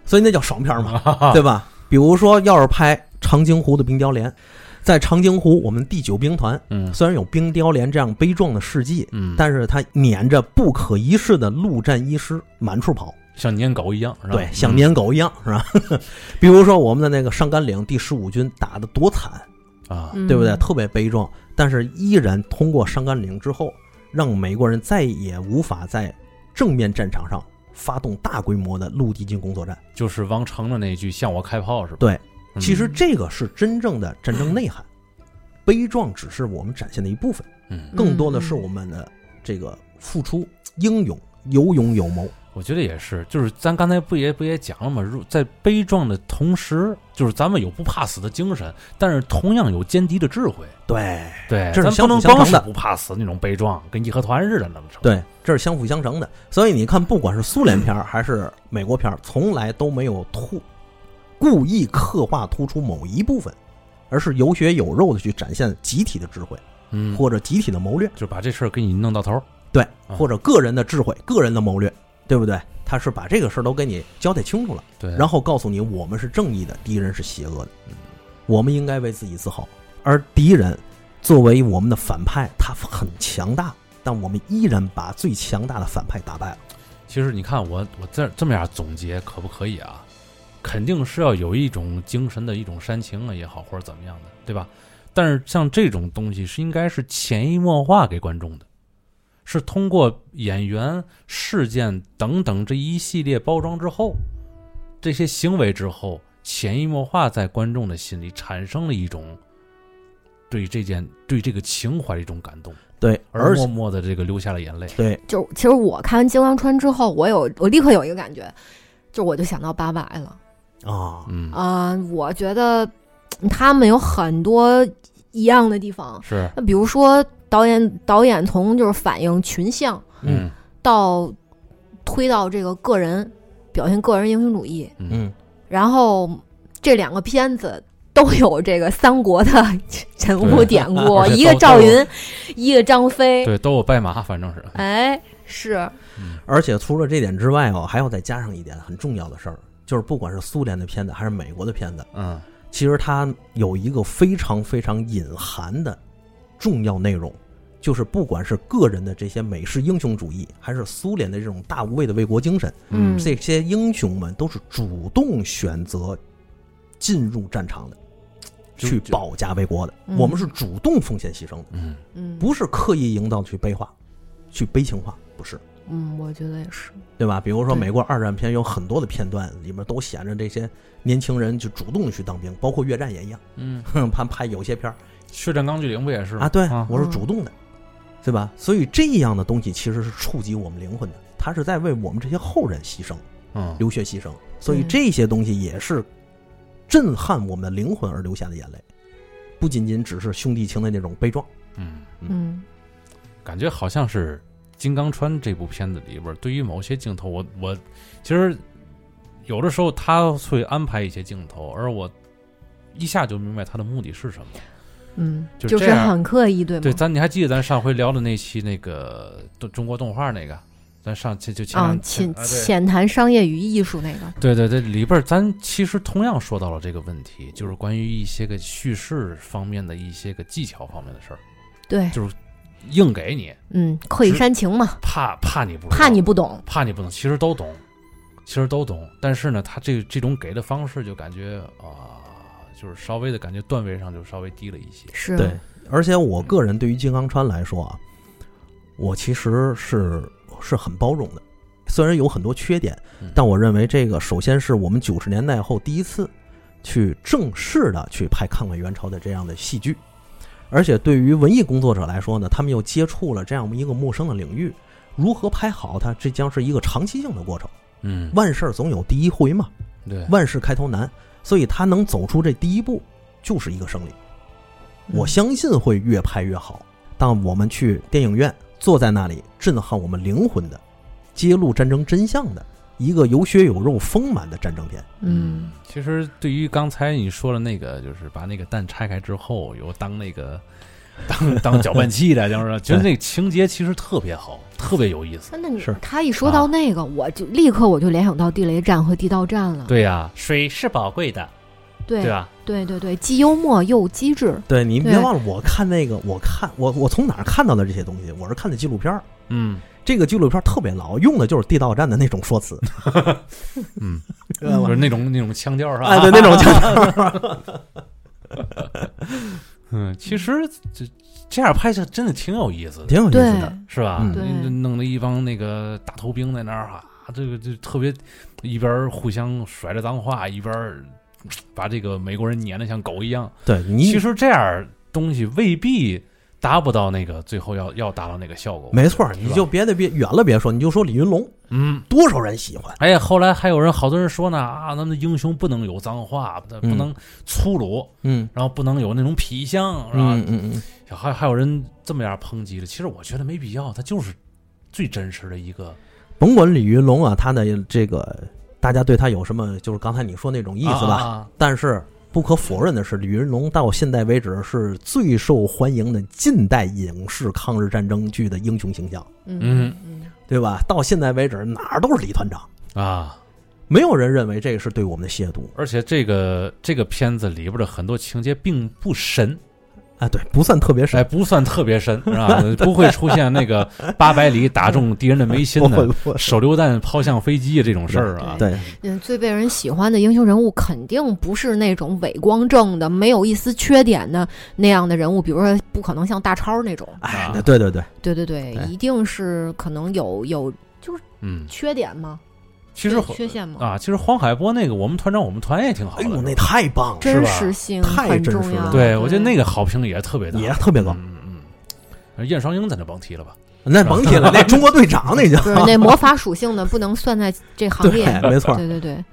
Speaker 3: 所以那叫爽片嘛，对吧？比如说，要是拍长津湖的冰雕连，在长津湖，我们第九兵团
Speaker 1: 嗯
Speaker 3: 虽然有冰雕连这样悲壮的事迹，
Speaker 1: 嗯，
Speaker 3: 但是他撵着不可一世的陆战一师满处跑，
Speaker 1: 像撵狗一样，是吧？
Speaker 3: 对，像
Speaker 1: 嗯
Speaker 3: 撵狗一样，是吧？ 比如说我们的那个上甘岭第十五军打得多惨，
Speaker 1: 啊，
Speaker 2: 嗯
Speaker 3: 对不对？特别悲壮，但是依然通过上甘岭之后，让美国人再也无法在正面战场上发动大规模的陆地军工作战。
Speaker 1: 就是王成的那句“向我开炮”是吧？
Speaker 3: 对
Speaker 1: 嗯，
Speaker 3: 其实这个是真正的战争内涵，悲壮只是我们展现的一部分，
Speaker 1: 嗯，
Speaker 3: 更多的是我们的这个付出、英勇、有勇有谋。
Speaker 1: 我觉得也是，就是咱刚才不也不也讲了吗？如在悲壮的同时，就是咱们有不怕死的精神，但是同样有歼敌的智慧。
Speaker 3: 对
Speaker 1: 对，
Speaker 3: 这是
Speaker 1: 咱不
Speaker 3: 相辅
Speaker 1: 能
Speaker 3: 相
Speaker 1: 光
Speaker 3: 成
Speaker 1: 是
Speaker 3: 的
Speaker 1: 不怕死那种悲壮，跟义和团似的那么成。
Speaker 3: 对，这是相辅相成的。所以你看，不管是苏联片儿还是美国片儿，从来都没有突故意刻画突出某一部分，而是有血有肉的去展现集体的智慧
Speaker 1: 嗯，
Speaker 3: 或者集体的谋略，
Speaker 1: 就把这事儿给你弄到头儿。
Speaker 3: 对，
Speaker 1: 嗯
Speaker 3: 或者个人的智慧、个人的谋略，对不对？他是把这个事儿都给你交代清楚了，
Speaker 1: 对，嗯
Speaker 3: 然后告诉你我们是正义的，敌人是邪恶的，我们应该为自己自豪。而敌人作为我们的反派，他很强大，但我们依然把最强大的反派打败了。
Speaker 1: 其实你看我我这这么样总结可不可以啊？肯定是要有一种精神的一种煽情啊也好，或者怎么样的，对吧？但是像这种东西是应该是潜移默化给观众的，是通过演员、事件等等这一系列包装之后，这些行为之后，潜移默化在观众的心里产生了一种对这件对这个情怀的一种感动，
Speaker 3: 对，
Speaker 1: 而
Speaker 3: 而
Speaker 1: 默
Speaker 3: 且
Speaker 1: 默的这个流下了眼泪。
Speaker 3: 对，
Speaker 2: 就其实我看完《金刚川》之后，我有我立刻有一个感觉，就我就想到八佰了。
Speaker 3: 啊，
Speaker 1: 嗯，
Speaker 2: 啊、我觉得嗯他们有很多一样的地方，
Speaker 1: 是，
Speaker 2: 那比如说导演导演从就是反映群像
Speaker 1: 嗯
Speaker 2: 到推到这个个人表现个人英雄主义，
Speaker 1: 嗯
Speaker 3: 嗯，
Speaker 2: 然后这两个片子。都有这个三国的人物
Speaker 1: 对
Speaker 2: 典 故，
Speaker 1: 而且
Speaker 2: 一个
Speaker 1: 都
Speaker 2: 赵
Speaker 1: 都有
Speaker 2: 云，一个张飞，
Speaker 1: 对，都有拜马，反正是。
Speaker 2: 哎，是，
Speaker 3: 而且除了这点之外哦，还要再加上一点很重要的事儿，就是不管是苏联的片子还是美国的片子，
Speaker 1: 嗯，
Speaker 3: 其实它有一个非常非常隐含的重要内容，就是不管是个人的这些美式英雄主义，还是苏联的这种大无畏的卫国精神，
Speaker 2: 嗯
Speaker 3: 这些英雄们都是主动选择进入战场的，
Speaker 1: 就
Speaker 3: 去
Speaker 1: 就
Speaker 3: 保家卫国的。
Speaker 2: 嗯
Speaker 3: 我们是主动奉献牺牲的，
Speaker 1: 嗯，
Speaker 2: 嗯
Speaker 3: 不是刻意营造去悲化、去悲情化，不是。
Speaker 2: 嗯，我觉得也是，
Speaker 3: 对吧？比如说
Speaker 2: 对
Speaker 3: 美国二战片有很多的片段，里面都显着这些年轻人就主动去当兵，包括越战也一样。
Speaker 1: 嗯，
Speaker 3: 哼，拍拍有些片儿
Speaker 1: 血战钢锯岭不也是吗
Speaker 3: 啊，对
Speaker 1: 啊，，
Speaker 3: 我是主动的，对吧？所以这样的东西其实是触及我们灵魂的，它是在为我们这些后人牺牲、
Speaker 1: 嗯，
Speaker 3: 流血牺牲。所以
Speaker 2: 对
Speaker 3: 这些东西也是震撼我们的灵魂而流下的眼泪，不仅仅只是兄弟情的那种悲壮。
Speaker 1: 嗯，
Speaker 2: 嗯
Speaker 1: 感觉好像是《金刚川》这部片子里边儿，对于某些镜头，我我其实有的时候他会安排一些镜头，而我一下就明白他的目的是什么。
Speaker 2: 嗯，
Speaker 1: 就
Speaker 2: 就
Speaker 1: 这
Speaker 2: 是
Speaker 1: 样
Speaker 2: 很刻意，对吗？
Speaker 1: 对，咱你还记得咱上回聊的那期那个动中国动画那个，咱上期就前
Speaker 2: 啊
Speaker 1: 两，
Speaker 2: 浅
Speaker 1: 啊对
Speaker 2: 浅谈商业与艺术那个，
Speaker 1: 对对对，里边儿咱其实同样说到了这个问题，就是关于一些个叙事方面的一些个技巧方面的事儿，
Speaker 2: 对，
Speaker 1: 硬给你，
Speaker 2: 嗯，刻意
Speaker 1: 只
Speaker 2: 煽情嘛，
Speaker 1: 怕怕你不知道
Speaker 2: 怕你不懂，
Speaker 1: 怕你不懂，其实都懂，其实都懂，但是呢，他这这种给的方式就感觉啊、就是稍微的感觉段位上就稍微低了一些，
Speaker 2: 是，
Speaker 3: 对，而且我个人对于金刚川来说啊，我其实是是很包容的，虽然有很多缺点，
Speaker 1: 嗯
Speaker 3: 但我认为这个首先是我们九十年代后第一次去正式的去拍抗美援朝的这样的戏剧，而且对于文艺工作者来说呢，他们又接触了这样一个陌生的领域，如何拍好它，这将是一个长期性的过程。
Speaker 1: 嗯，
Speaker 3: 万事儿总有第一回嘛，
Speaker 1: 对，
Speaker 3: 万事开头难，所以他能走出这第一步，就是一个胜利。
Speaker 2: 嗯
Speaker 3: 我相信会越拍越好。当我们去电影院坐在那里，震撼我们灵魂的，揭露战争真相的一个有血有肉、丰满的战争片。
Speaker 2: 嗯，
Speaker 1: 其实对于刚才你说的那个，就是把那个蛋拆开之后，有当那个当当搅拌器的，就是觉得那个情节其实特别好，特别有意思。
Speaker 2: 那那你
Speaker 3: 是
Speaker 2: 他一说到
Speaker 1: 啊
Speaker 2: 那个，我就立刻我就联想到地雷战和地道战了，
Speaker 1: 对呀、啊水是宝贵的，
Speaker 2: 对
Speaker 1: 吧？
Speaker 2: 对对对，既幽默又机智，
Speaker 3: 对你别
Speaker 2: 对
Speaker 3: 忘了，我看那个，我看我我从哪儿看到的这些东西？我是看的纪录片儿。
Speaker 1: 嗯
Speaker 3: 这个纪录片儿特别老，用的就是地道战的那种说辞，
Speaker 1: 嗯，
Speaker 3: 知道
Speaker 1: 就
Speaker 3: 吧
Speaker 1: 是？那种那种腔调是吧？
Speaker 3: 哎，对，那种就是
Speaker 1: 嗯，其实这这样拍下真的挺有意思的，
Speaker 3: 挺有意
Speaker 2: 对
Speaker 3: 思的。
Speaker 1: 是吧？
Speaker 3: 嗯
Speaker 2: 对
Speaker 1: 弄弄了一帮那个大头兵在那儿啊，这个就特别一边儿互相甩着脏话，一边儿把这个美国人撵得像狗一样。
Speaker 3: 对你
Speaker 1: 其实这样东西未必达不到那个最后要要达到那个效果。
Speaker 3: 没错儿，
Speaker 1: 是吧
Speaker 3: 你就别的别远了别说，你就说李云龙，
Speaker 1: 嗯，
Speaker 3: 多少人喜欢？
Speaker 1: 哎呀，后来还有人好多人说呢啊，咱们的英雄不能有脏话，不
Speaker 3: 嗯
Speaker 1: 不能粗鲁，
Speaker 3: 嗯
Speaker 1: 然后不能有那种痞相，然后
Speaker 3: 嗯嗯嗯，
Speaker 1: 还还有人这么样抨击的。其实我觉得没必要，他就是最真实的一个
Speaker 3: 甭管李云龙啊，他的这个大家对他有什么，就是刚才你说那种意思吧。
Speaker 1: 啊啊
Speaker 3: 但是不可否认的是，李云龙到现在为止是最受欢迎的近代影视抗日战争剧的英雄形象，
Speaker 1: 嗯
Speaker 2: 嗯
Speaker 3: 对吧？到现在为止，哪儿都是李团长，
Speaker 1: 啊啊
Speaker 3: 没有人认为这是对我们的亵渎
Speaker 1: 而且这个这个片子里边的很多情节并不神，
Speaker 3: 啊！对，不算特别深
Speaker 1: 哎，，不算特别深，是吧？ 不会出现那个八百里打中敌人的眉心
Speaker 3: 不
Speaker 1: 的
Speaker 3: 会，不会
Speaker 1: 手榴弹抛向飞机这种事儿啊，
Speaker 3: 对，
Speaker 2: 嗯，最被人喜欢的英雄人物肯定不是那种伪光正的、没有一丝缺点的那样的人物，比如说不可能像大超那种，
Speaker 3: 哎
Speaker 1: 啊，
Speaker 3: 那对对对，
Speaker 2: 对对对，
Speaker 3: 对
Speaker 2: 一定是可能有有
Speaker 1: 嗯，
Speaker 2: 缺点吗？
Speaker 1: 其实
Speaker 2: 有
Speaker 1: 黄
Speaker 2: 缺陷吗？
Speaker 1: 啊，其实黄海波那个我们团长我们团也挺好嗯
Speaker 3: 哎
Speaker 1: 的
Speaker 3: 呦，那
Speaker 1: 是吧，
Speaker 3: 太棒了，
Speaker 2: 真
Speaker 1: 吧
Speaker 2: 实性
Speaker 3: 太
Speaker 2: 很
Speaker 3: 真
Speaker 2: 重
Speaker 3: 实
Speaker 2: 要
Speaker 3: 了。
Speaker 1: 对我觉得那个好评也特别大，
Speaker 3: 也特别高。
Speaker 1: 嗯嗯嗯，燕双鹰咱就甭提了嗯吧，
Speaker 3: 那甭提了，那中国队长那就
Speaker 2: 就是那魔法属性的不能算在这行
Speaker 3: 对
Speaker 2: 列。，
Speaker 3: 没错，
Speaker 2: 对对对。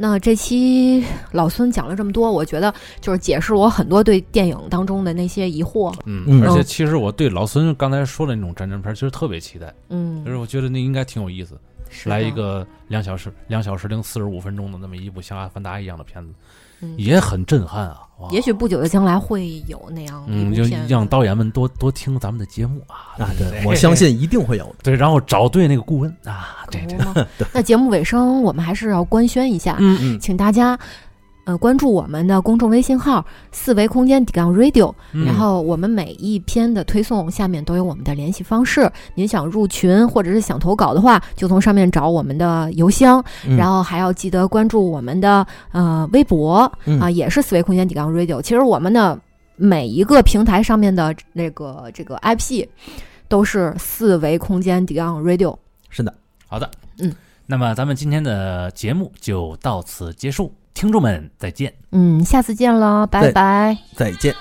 Speaker 2: 那这期老孙讲了这么多，我觉得就是解释了我很多对电影当中的那些疑惑。
Speaker 1: 嗯，
Speaker 3: 嗯
Speaker 2: 哦
Speaker 1: 而且其实我对老孙刚才说的那种战争片，其实特别期待，
Speaker 2: 嗯
Speaker 1: 就是，我觉得那应该挺有意思，
Speaker 2: 是
Speaker 1: 来
Speaker 2: 的
Speaker 1: 一，个两小时两小时零四十五分钟的那么一部像《阿凡达》一样的片子，
Speaker 2: 嗯
Speaker 1: 也很震撼啊，哇
Speaker 2: 也许不久的将来会有那样一
Speaker 1: 嗯，
Speaker 2: 部
Speaker 1: 就
Speaker 2: 片子
Speaker 1: 让导演们多多听咱们的节目啊
Speaker 3: 啊，对，我相信一定会有的。
Speaker 1: 对，然后找对那个顾问啊，对
Speaker 2: 可
Speaker 1: 对，
Speaker 2: 不吗那节目尾声，我们还是要官宣一下，
Speaker 1: 嗯
Speaker 3: 嗯
Speaker 2: 请大家。呃关注我们的公众微信号“四维空间 d i Radio”，
Speaker 1: 嗯
Speaker 2: 然后我们每一篇的推送下面都有我们的联系方式，您想入群或者是想投稿的话，就从上面找我们的邮箱，
Speaker 3: 嗯
Speaker 2: 然后还要记得关注我们的呃微博啊、
Speaker 3: 嗯
Speaker 2: 也是四维空间底杠 radio。其实我们的每一个平台上面的那个这个 IP 都是四维空间底杠 radio。
Speaker 3: 嗯是的，
Speaker 1: 好的，
Speaker 2: 嗯，
Speaker 1: 那么咱们今天的节目就到此结束，听众们再见。
Speaker 2: 嗯，下次见了，拜
Speaker 3: 对
Speaker 2: 拜。
Speaker 3: 再见。